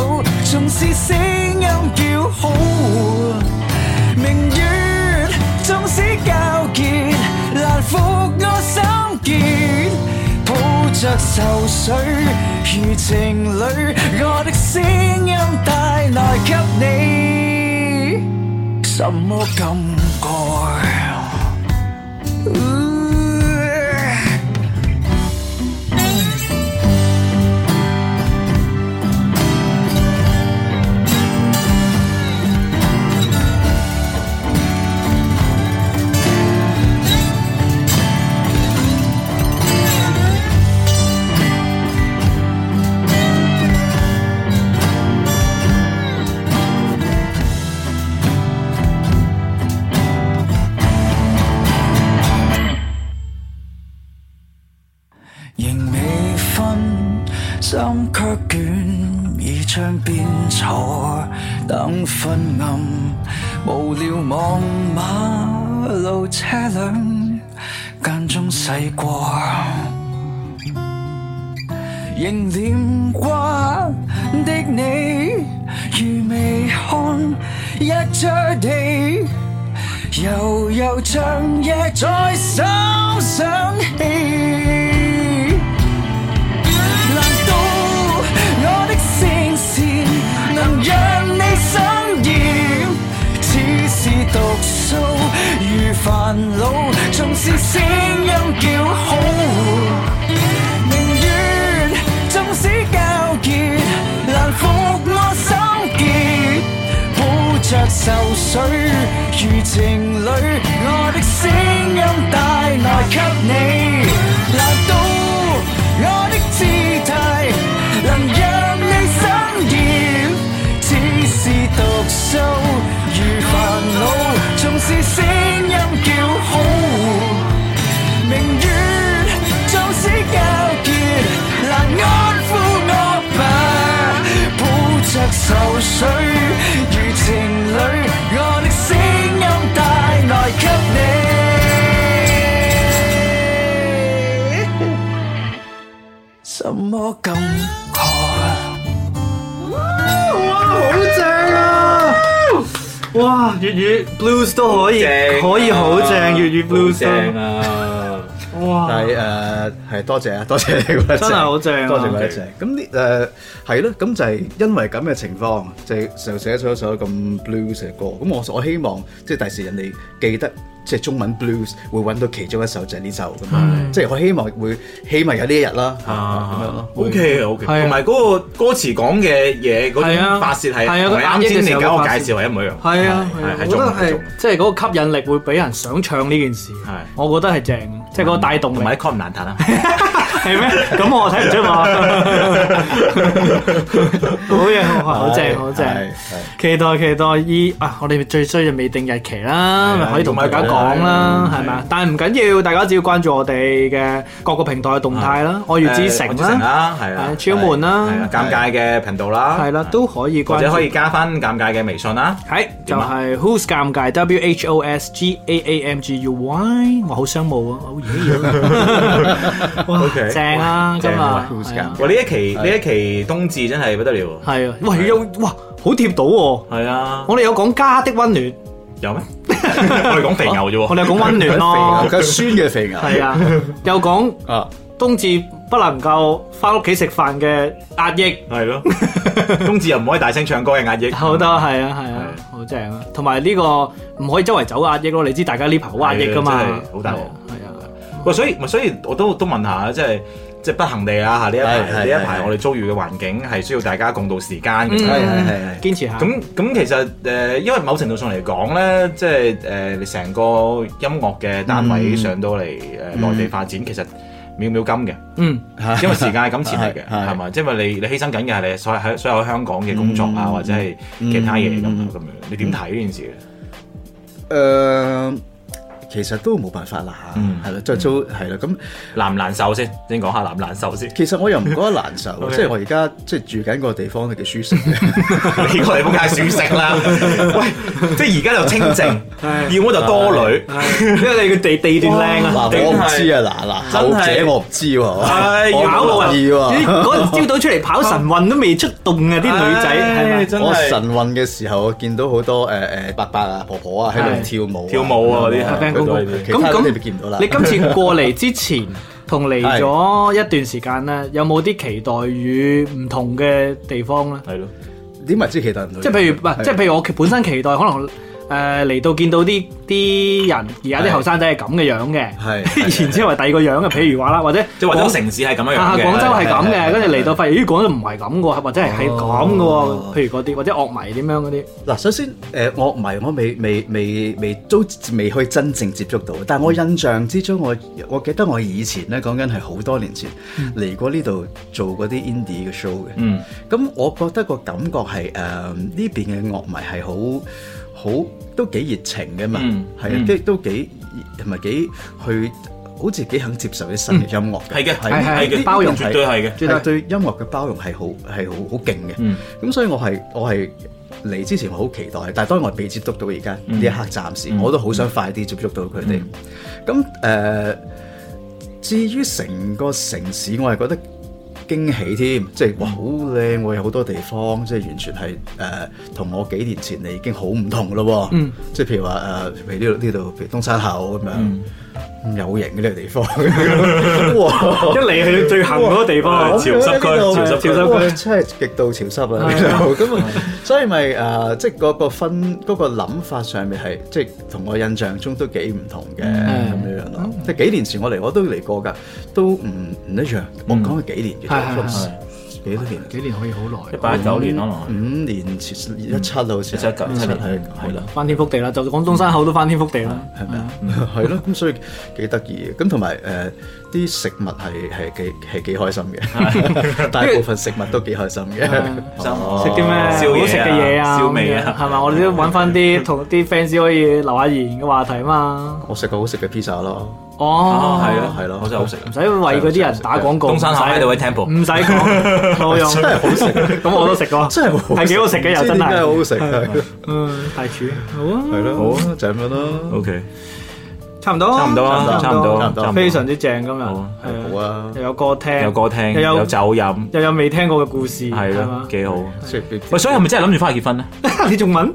S2: 縱使聲音叫好，明月縱使糾結，難服我心結。抱着愁緒如情侶，我的聲音帶來給你。什么感觉？仍未分，心卻倦，倚窗邊坐等昏暗，無聊望馬路車輛間中駛過，仍念掛的你，如未看一着地。悠悠長夜在心想起。難道我的聲線能讓你生厭？似是毒素如煩惱，縱是聲音叫好。明月縱使糾結，難服我心結。抱着愁緒如情侶，我的聲音帶來給你。難道我的姿態能讓你生厭？只是毒素如煩惱，縱是聲音叫好。明月縱使糾結，難安撫我吧。抱着愁緒如情侶，我的聲音帶來給你。什麼感覺？
S3: 哇，粵語 blues 都可以，可以好正粵語 blues
S5: 啊正
S3: 都。
S5: 啊！
S3: 哇，
S6: 但係誒係多謝啊，多 謝你嗰一隻，
S3: 真係好正啊
S6: 多謝嗰一隻。咁呢誒係咯，咁就係因為咁嘅情況，就就寫咗一首咁 blues 嘅歌。咁我我希望即係第時人哋記得。即係中文 blues 會揾到其中一首就係呢首咁樣，即係我希望會起碼有呢一日啦，咁樣咯。
S5: O K O K，
S3: 係啊
S5: 同埋嗰個歌詞講嘅嘢嗰
S3: 係啊
S5: 種發泄係
S3: 係啊
S5: 同你啱先你
S3: 嗰個壓抑嘅時候
S5: 搞我
S3: 嘅
S5: 介
S3: 發泄
S5: 紹係一模一樣。
S3: 係啊，係啊
S5: 係
S3: 我
S5: 係
S3: 覺
S5: 中
S3: 得
S5: 係中
S3: 係，即係嗰個吸引力會俾人想唱呢件事。
S5: 係
S3: 我覺得係正，即係嗰個帶動力
S5: 同。埋啲 c o 唔難彈啊！
S3: 係咩？咁我睇唔出嘛。好嘢，好好正，好正
S6: 係。係
S3: 期待期待依啊！我哋最衰就未定日期啦，咪可以同大家講啦，係咪啊？但係唔緊要，大家只要關注我哋嘅各個平台嘅動態啦，我
S5: 我
S3: 月之城啦，
S5: 啦，係啊
S3: 係，超門啦
S5: 係啊，尷尬嘅頻道啦，
S3: 係啦，都可以
S5: 或
S3: 關
S5: 者可以
S3: 注。
S5: 加翻尷尬嘅微信啦。
S3: 係就
S5: 點啊
S3: 係 Who's 尷尬 W H O S G A A M G U Y，我好傷冇啊！好 嘢，哇
S5: OK，
S3: 正啊！今日
S5: 正啊
S6: ，Who's
S3: 係啊
S5: 哇！呢一期呢一期冬至真係不得了，
S3: 係啊，喂又哇好貼到喎！
S5: 係啊，
S3: 我哋有講家的温暖，
S5: 有咩？我哋講肥牛啫
S3: 我
S5: 喎，
S3: 哋有講温暖咯
S6: 係，佢酸嘅肥牛
S3: 係啊， 又講。
S6: 啊，
S3: 冬至不能夠翻屋企食飯嘅壓抑，
S5: 係咯，冬至又唔可以大聲唱歌嘅壓抑，
S3: 好多係啊係啊，好正啊！同埋呢個唔可以周圍走壓抑咯，你知大家呢排好壓抑噶嘛
S5: 係啊真係，好大鑊
S3: 係啊，
S5: 喂，所以咪所以我都都問下，即係即係不幸地啦嚇呢一
S6: 係係
S5: 排呢一排
S6: 係嗯
S5: 我哋遭遇嘅環境係需要大家共度時間咁樣。
S6: 係係係
S3: 堅持下。
S5: 咁咁其實誒、呃因為某程度上嚟講咧，即係誒你成個音樂嘅單位
S6: 嗯
S5: 上到嚟誒、呃內地發展，其實秒秒金嘅，
S3: 嗯，
S6: 係，
S5: 因為時間係金錢嚟嘅，
S6: 係
S5: 係嘛？因為你你犧牲緊嘅係你所有喺所有喺香港嘅工作啊，
S6: 嗯
S5: 或者係其他嘢咁
S6: 嗯
S5: 樣咁樣，你點睇呢件事咧？
S6: 誒，其實都冇辦法啦，
S5: 嗯
S6: 係啦，即係都係啦。咁。
S5: 難唔難受先？先講下難唔難受先
S6: 其實我又唔覺得難受
S5: OK，
S6: 即係我而家 即係住緊個地方都幾舒適嘅。
S5: 你個地方梗係舒 適啦。喂，即係而家就清靜，要麼就多女。
S3: 因為你嘅地 地段靚啊，
S6: 嗱，我唔知啊，嗱嗱，
S5: 真係
S6: 後者我唔知喎，
S5: 係
S6: 我
S5: 搞
S6: 唔
S5: 我啊
S6: 知喎。
S3: 嗰陣朝早出嚟跑神運都未出動啊！啲女仔係咪
S5: 唉真
S6: 我神
S5: 係
S6: 運嘅時候，我見到好多誒誒伯伯啊、婆婆啊喺度
S3: 係
S6: 跳舞、
S5: 跳舞啊嗰啲
S3: 係
S5: 係
S3: friend 公
S5: 嗰度
S3: 公
S5: 呢啲
S6: 其
S3: 咁
S6: 他
S3: 咁，
S6: 你咪見唔到啦
S3: 你今次過嚟之前同嚟咗一段時間咧，有冇啲期待與唔同嘅地方咧？
S5: 係咯，
S6: 點為之期待唔到？
S3: 即係譬如唔係，即係譬如我本身期待可能。誒嚟、到見到啲啲人，而家啲
S6: 係
S3: 後生仔係咁嘅樣
S6: 係
S3: 嘅，
S6: 係
S3: 然之後係第二個樣嘅，譬如話啦，或者
S5: 即係或者
S3: 廣
S5: 城市係咁樣
S3: 啊
S5: 樣嘅。
S3: 廣州係咁
S6: 係係
S3: 嘅，
S6: 係
S3: 跟住嚟到發現咦廣州唔係咁嘅喎，或者係係咁嘅
S6: 哦
S3: 喎，譬如嗰啲或者樂迷點樣嗰啲，
S6: 嗱，首先誒、呃我唔係我未未未未都未去真正接觸到，但我印象之中，我我記得我以前咧講緊係好多年前嚟、過呢度做嗰啲 indie 嘅 show 嘅。
S5: 嗯，
S6: 咁我覺得個感覺係誒呃呢邊嘅樂迷係好好都幾熱情嘅嘛
S5: 嗯，
S6: 係啊、
S5: 嗯
S6: 都都幾同埋幾去好似幾肯接受啲
S5: 嗯
S6: 新嘅音樂
S5: 係嘅，
S3: 係係
S5: 係
S3: 呢
S5: 嘅，
S3: 包容
S5: 絕對係嘅。
S3: 絕
S6: 係
S3: 對
S6: 對音樂嘅包容係好係好好勁嘅。
S5: 嗯
S6: 咁所以我係我係嚟之前我好期待，但係當然我係被接觸到而家
S5: 嗯
S6: 呢一刻暫時，我都好想快啲接觸到佢哋。咁誒、呃至於成個城市，我係覺得驚喜添，即係哇好靚喎，有好多地方，即係完全係誒同我幾年前嚟已經好唔同咯喎。
S3: 嗯
S6: 即係譬如話誒、呃譬如呢度呢度，譬如東山口咁樣。
S5: 嗯
S6: 咁有型嘅呢 個地方，哇！
S3: 一嚟去最行嗰個地
S5: 哇
S3: 方
S5: 潮濕區潮濕
S3: 潮濕區
S6: 哇真係極度潮濕啊！呢度咁啊，所以咪誒，即係嗰個分嗰個諗法上面係，即係同我印象中都幾唔同嘅
S5: 嗯
S6: 咁樣樣咯。即係幾年前我嚟，我都嚟過㗎，都唔唔一樣。我講係幾年
S3: 係係
S6: 嘅，
S3: 係
S6: 幾多年？
S3: 幾年可以好耐
S5: 一，八一九年可能
S6: 五
S5: 係
S6: 年前一七好似
S5: 一七一九一七
S6: 係
S5: 年
S6: 係啦。
S3: 翻天覆地啦，就廣東山口都翻天覆地啦，
S6: 係咪啊？係咯，咁所以幾得意嘅。咁同埋誒啲食物係係幾係幾開心嘅，大部分食物都幾開心嘅。
S5: 哦
S3: 食啲咩好食嘅嘢啊，
S5: 燒味
S3: 咁樣
S5: 啊，
S3: 係咪？我哋都揾翻啲同啲 fans 可以留下言嘅話題嘛。
S6: 我食過好食嘅 pizza 咯，
S3: 哦
S5: 哦，係啊，
S6: 係
S5: 係
S6: 咯
S5: 咯，好真係好食啊。
S3: 唔使為嗰啲人打廣告，
S5: 東山口
S3: 唔使
S5: Hideaway Temple
S3: 唔使講，冇用，
S6: 真係好食，
S3: 咁我都食過，
S6: 真係好
S3: 係幾好食嘅又
S6: 唔知
S3: 真
S6: 點解好
S3: 係，
S6: 好食係
S3: 嗯，大廚好啊，
S6: 係咯，好就係咁樣咯。
S5: OK，
S3: 差唔多，
S5: 差唔多啊，差唔多，
S6: 差唔多
S5: 差唔多
S3: 非常之正今日，
S5: 好啊
S6: 好
S3: 係啊，
S6: 啊，
S3: 又有歌聽，
S5: 有歌聽，
S3: 又有
S5: 有酒飲，
S3: 又有未聽過嘅故事，
S5: 係
S3: 係
S5: 咯
S3: 嘛，
S5: 幾好。
S6: 即係
S5: 喂，所以係咪真係諗住翻去結婚咧？
S3: 你仲問？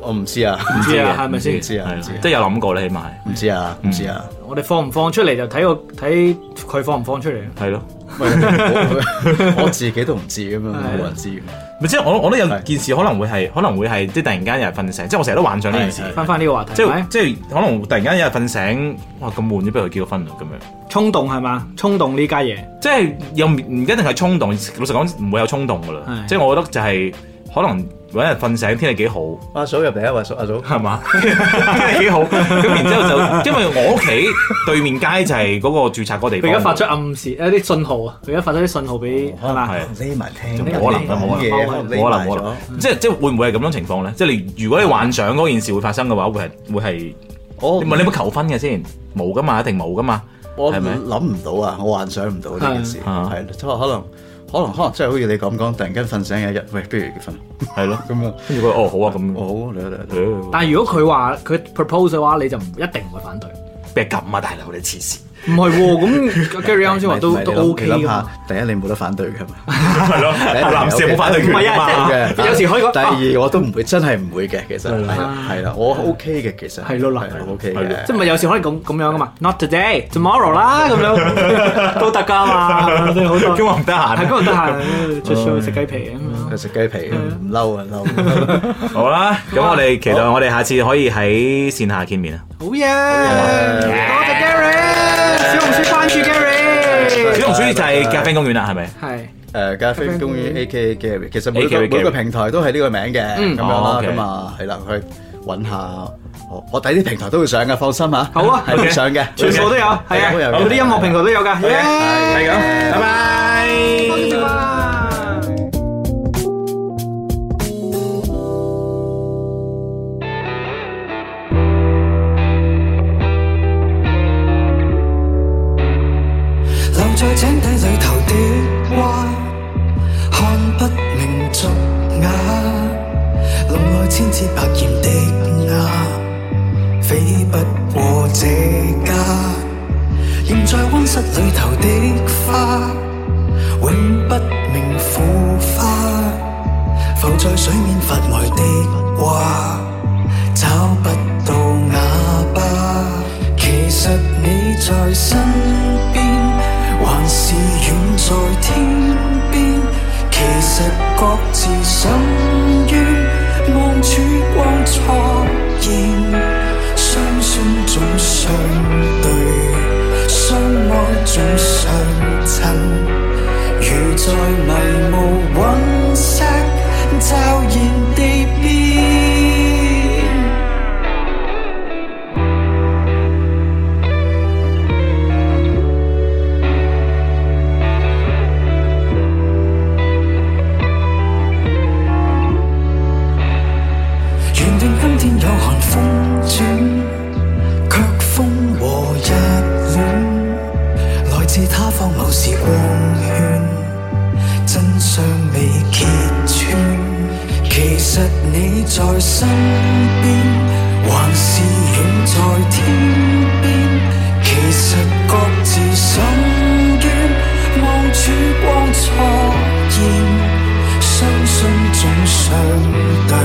S6: 我唔知啊，
S3: 唔知啊，係咪先
S6: 唔？知啊，唔知啊
S5: 即係有諗過啦，起碼係。
S6: 唔知啊，唔知啊。
S3: 我哋放唔放出嚟就睇個睇佢放唔放出嚟啊。
S5: 係咯，
S6: 喂我我自己都唔知咁樣，
S3: 係
S6: 冇人知嘅。
S5: 咪即係我我都有
S6: 係
S5: 件事可能會係可能會係即係突然間有人瞓醒，即係我成日都幻想呢件事
S6: 係，係
S3: 翻翻呢個話題，
S5: 即
S3: 係
S5: 係
S3: 咪
S5: 即係可能突然間有人瞓醒，哇咁悶，不如去結個婚啦啊咁樣。
S3: 衝動係嘛？衝動呢家嘢
S5: 即係又唔唔一定係衝動，老實講唔會有衝動噶啦。
S3: 係
S5: 即係我覺得就係可能揾日瞓醒，天氣幾好，
S6: 阿嫂入嚟啊，阿嫂，阿嫂。
S5: 係嘛？天氣幾好，咁然之後就因為我屋企對面街就係嗰個註冊嗰個地
S3: 佢
S5: 方。
S3: 而家發出暗示，有啲信號啊！佢而家發咗啲信號俾
S6: 哦
S3: 係嘛
S5: 係？
S6: 匿埋聽，
S5: 可能可能
S6: 講嘢，
S3: 可能
S5: 可能可能，即係即係會唔會係咁樣情況咧？即係你如果你幻想嗰件事會發生嘅話，會係會係
S6: 我
S5: 哦你問你有冇求婚嘅先？冇噶嘛，一定冇噶嘛。
S6: 我
S5: 係咪
S6: 諗唔到啊，我幻想唔到呢件事，
S5: 係啊
S6: 係咯即係可能可能可能真係好似你咁講，突然間瞓醒有一日，喂，不如結婚
S5: 係咯，
S6: 咁啊，
S5: 跟住佢哦好啊咁，
S6: 我好你你
S5: 誒
S3: 但係如果佢話佢 propose 嘅話，你就唔一定會反對。
S5: 咩咁啊大佬你黐線，
S3: 唔係喎，咁 Gary 啱先話都
S6: 你
S3: 都
S6: 諗
S3: OK
S6: 你諗
S3: 㗎嘛
S6: 下，第一你冇得反對嘅嘛，
S5: 係咯， 男士冇反對權
S3: 唔係
S5: 㗎
S3: 啊
S5: 嘛。
S3: 即係有時可以講
S6: 第二我都唔會真係唔會嘅，其實係啦
S3: 啊
S6: 係啦，我 OK 嘅其實
S3: 係咯嗱
S6: 係我 OK
S5: 係咯
S6: 嘅，
S3: 即係咪有時可以咁咁樣噶嘛？Not today, tomorrow 啦，咁 樣都得㗎嘛，即係好多
S5: 今日唔得啊閒
S3: 係今日得 閒出
S6: 嗯
S3: show 食雞皮啊咁樣。
S6: 食雞皮唔嬲啊嬲，
S5: 好啦，咁我哋期待我哋下次可以喺線下見面啊！
S3: 好嘢，多謝 Gary。小紅書關注 Gary，
S5: 小紅書就係咖啡公園啦，係咪？
S3: 係
S6: 誒呃咖啡公園 A.K.A. Gary，其實每
S5: AKA
S6: 個
S5: Gary
S6: 每個平台都係呢個名嘅
S3: 嗯
S6: 咁樣
S5: 哦
S6: 啦，
S5: ，OK
S6: 咁啊係啦，去揾下我我睇啲平台都會上嘅，放心啊，
S3: 好啊
S6: 係
S5: OK
S6: 會上嘅，
S3: 全部都有，係啊，
S6: 都有嘅
S3: 嗰啲音樂平台都有㗎。耶
S5: 係咁，拜拜。
S3: 多謝你啊
S2: 留在井底裏頭的蛙，看不明俗雅，籠內千姿百豔的鴨，飛不過這家。仍在温室裏頭的花，永不明腐化，浮在水面發呆的蛙，找不到啞巴。其實你在身邊，還是遠在天邊。其實各自深淵，望曙光錯現，相信總相對，相愛總相襯。如在迷霧隕石驟然地變。原定今天有寒風轉，卻風和日暖，來自他方某時光圈，真相未揭穿。其實你在身邊，還是遠在天邊。其實各自深淵，望曙光錯現。相信總相對，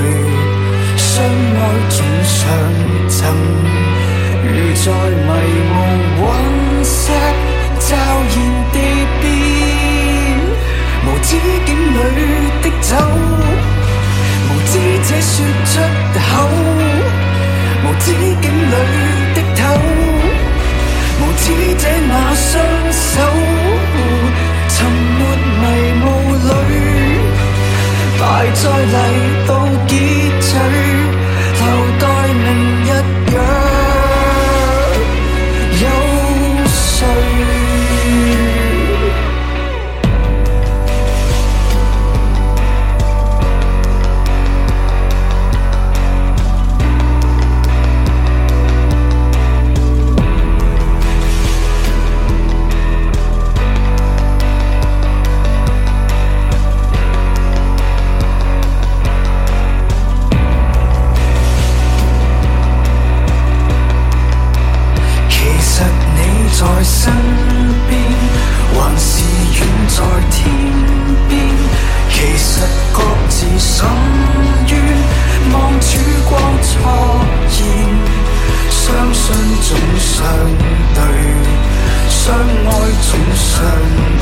S2: 相愛總相襯。如在迷霧隕石驟然地變，無止境裏的走，無知者說出口，無止境裏的透。無知者那雙手，沉沒迷霧裏，大再嚟到結聚，留待明日約有誰？其實你在身邊，還是遠在天邊。其實各自深淵，望曙光錯現。相信總相對，相愛總相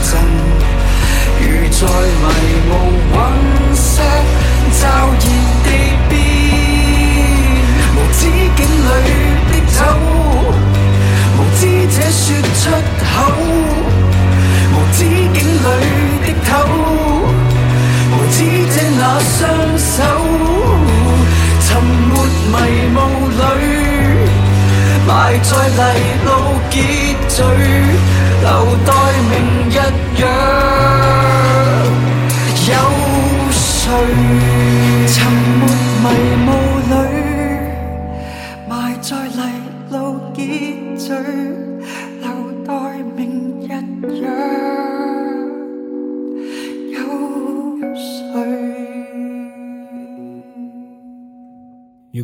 S2: 真。如在迷霧隕石驟然地變，無止境裏的走。無知者說出口，無止境裏的透，無知者那雙手，沉沒迷霧裏，埋在泥路結聚，留待明日約有誰？沉沒迷霧裏。埋在泥路結聚，留待明日約有誰？
S4: 如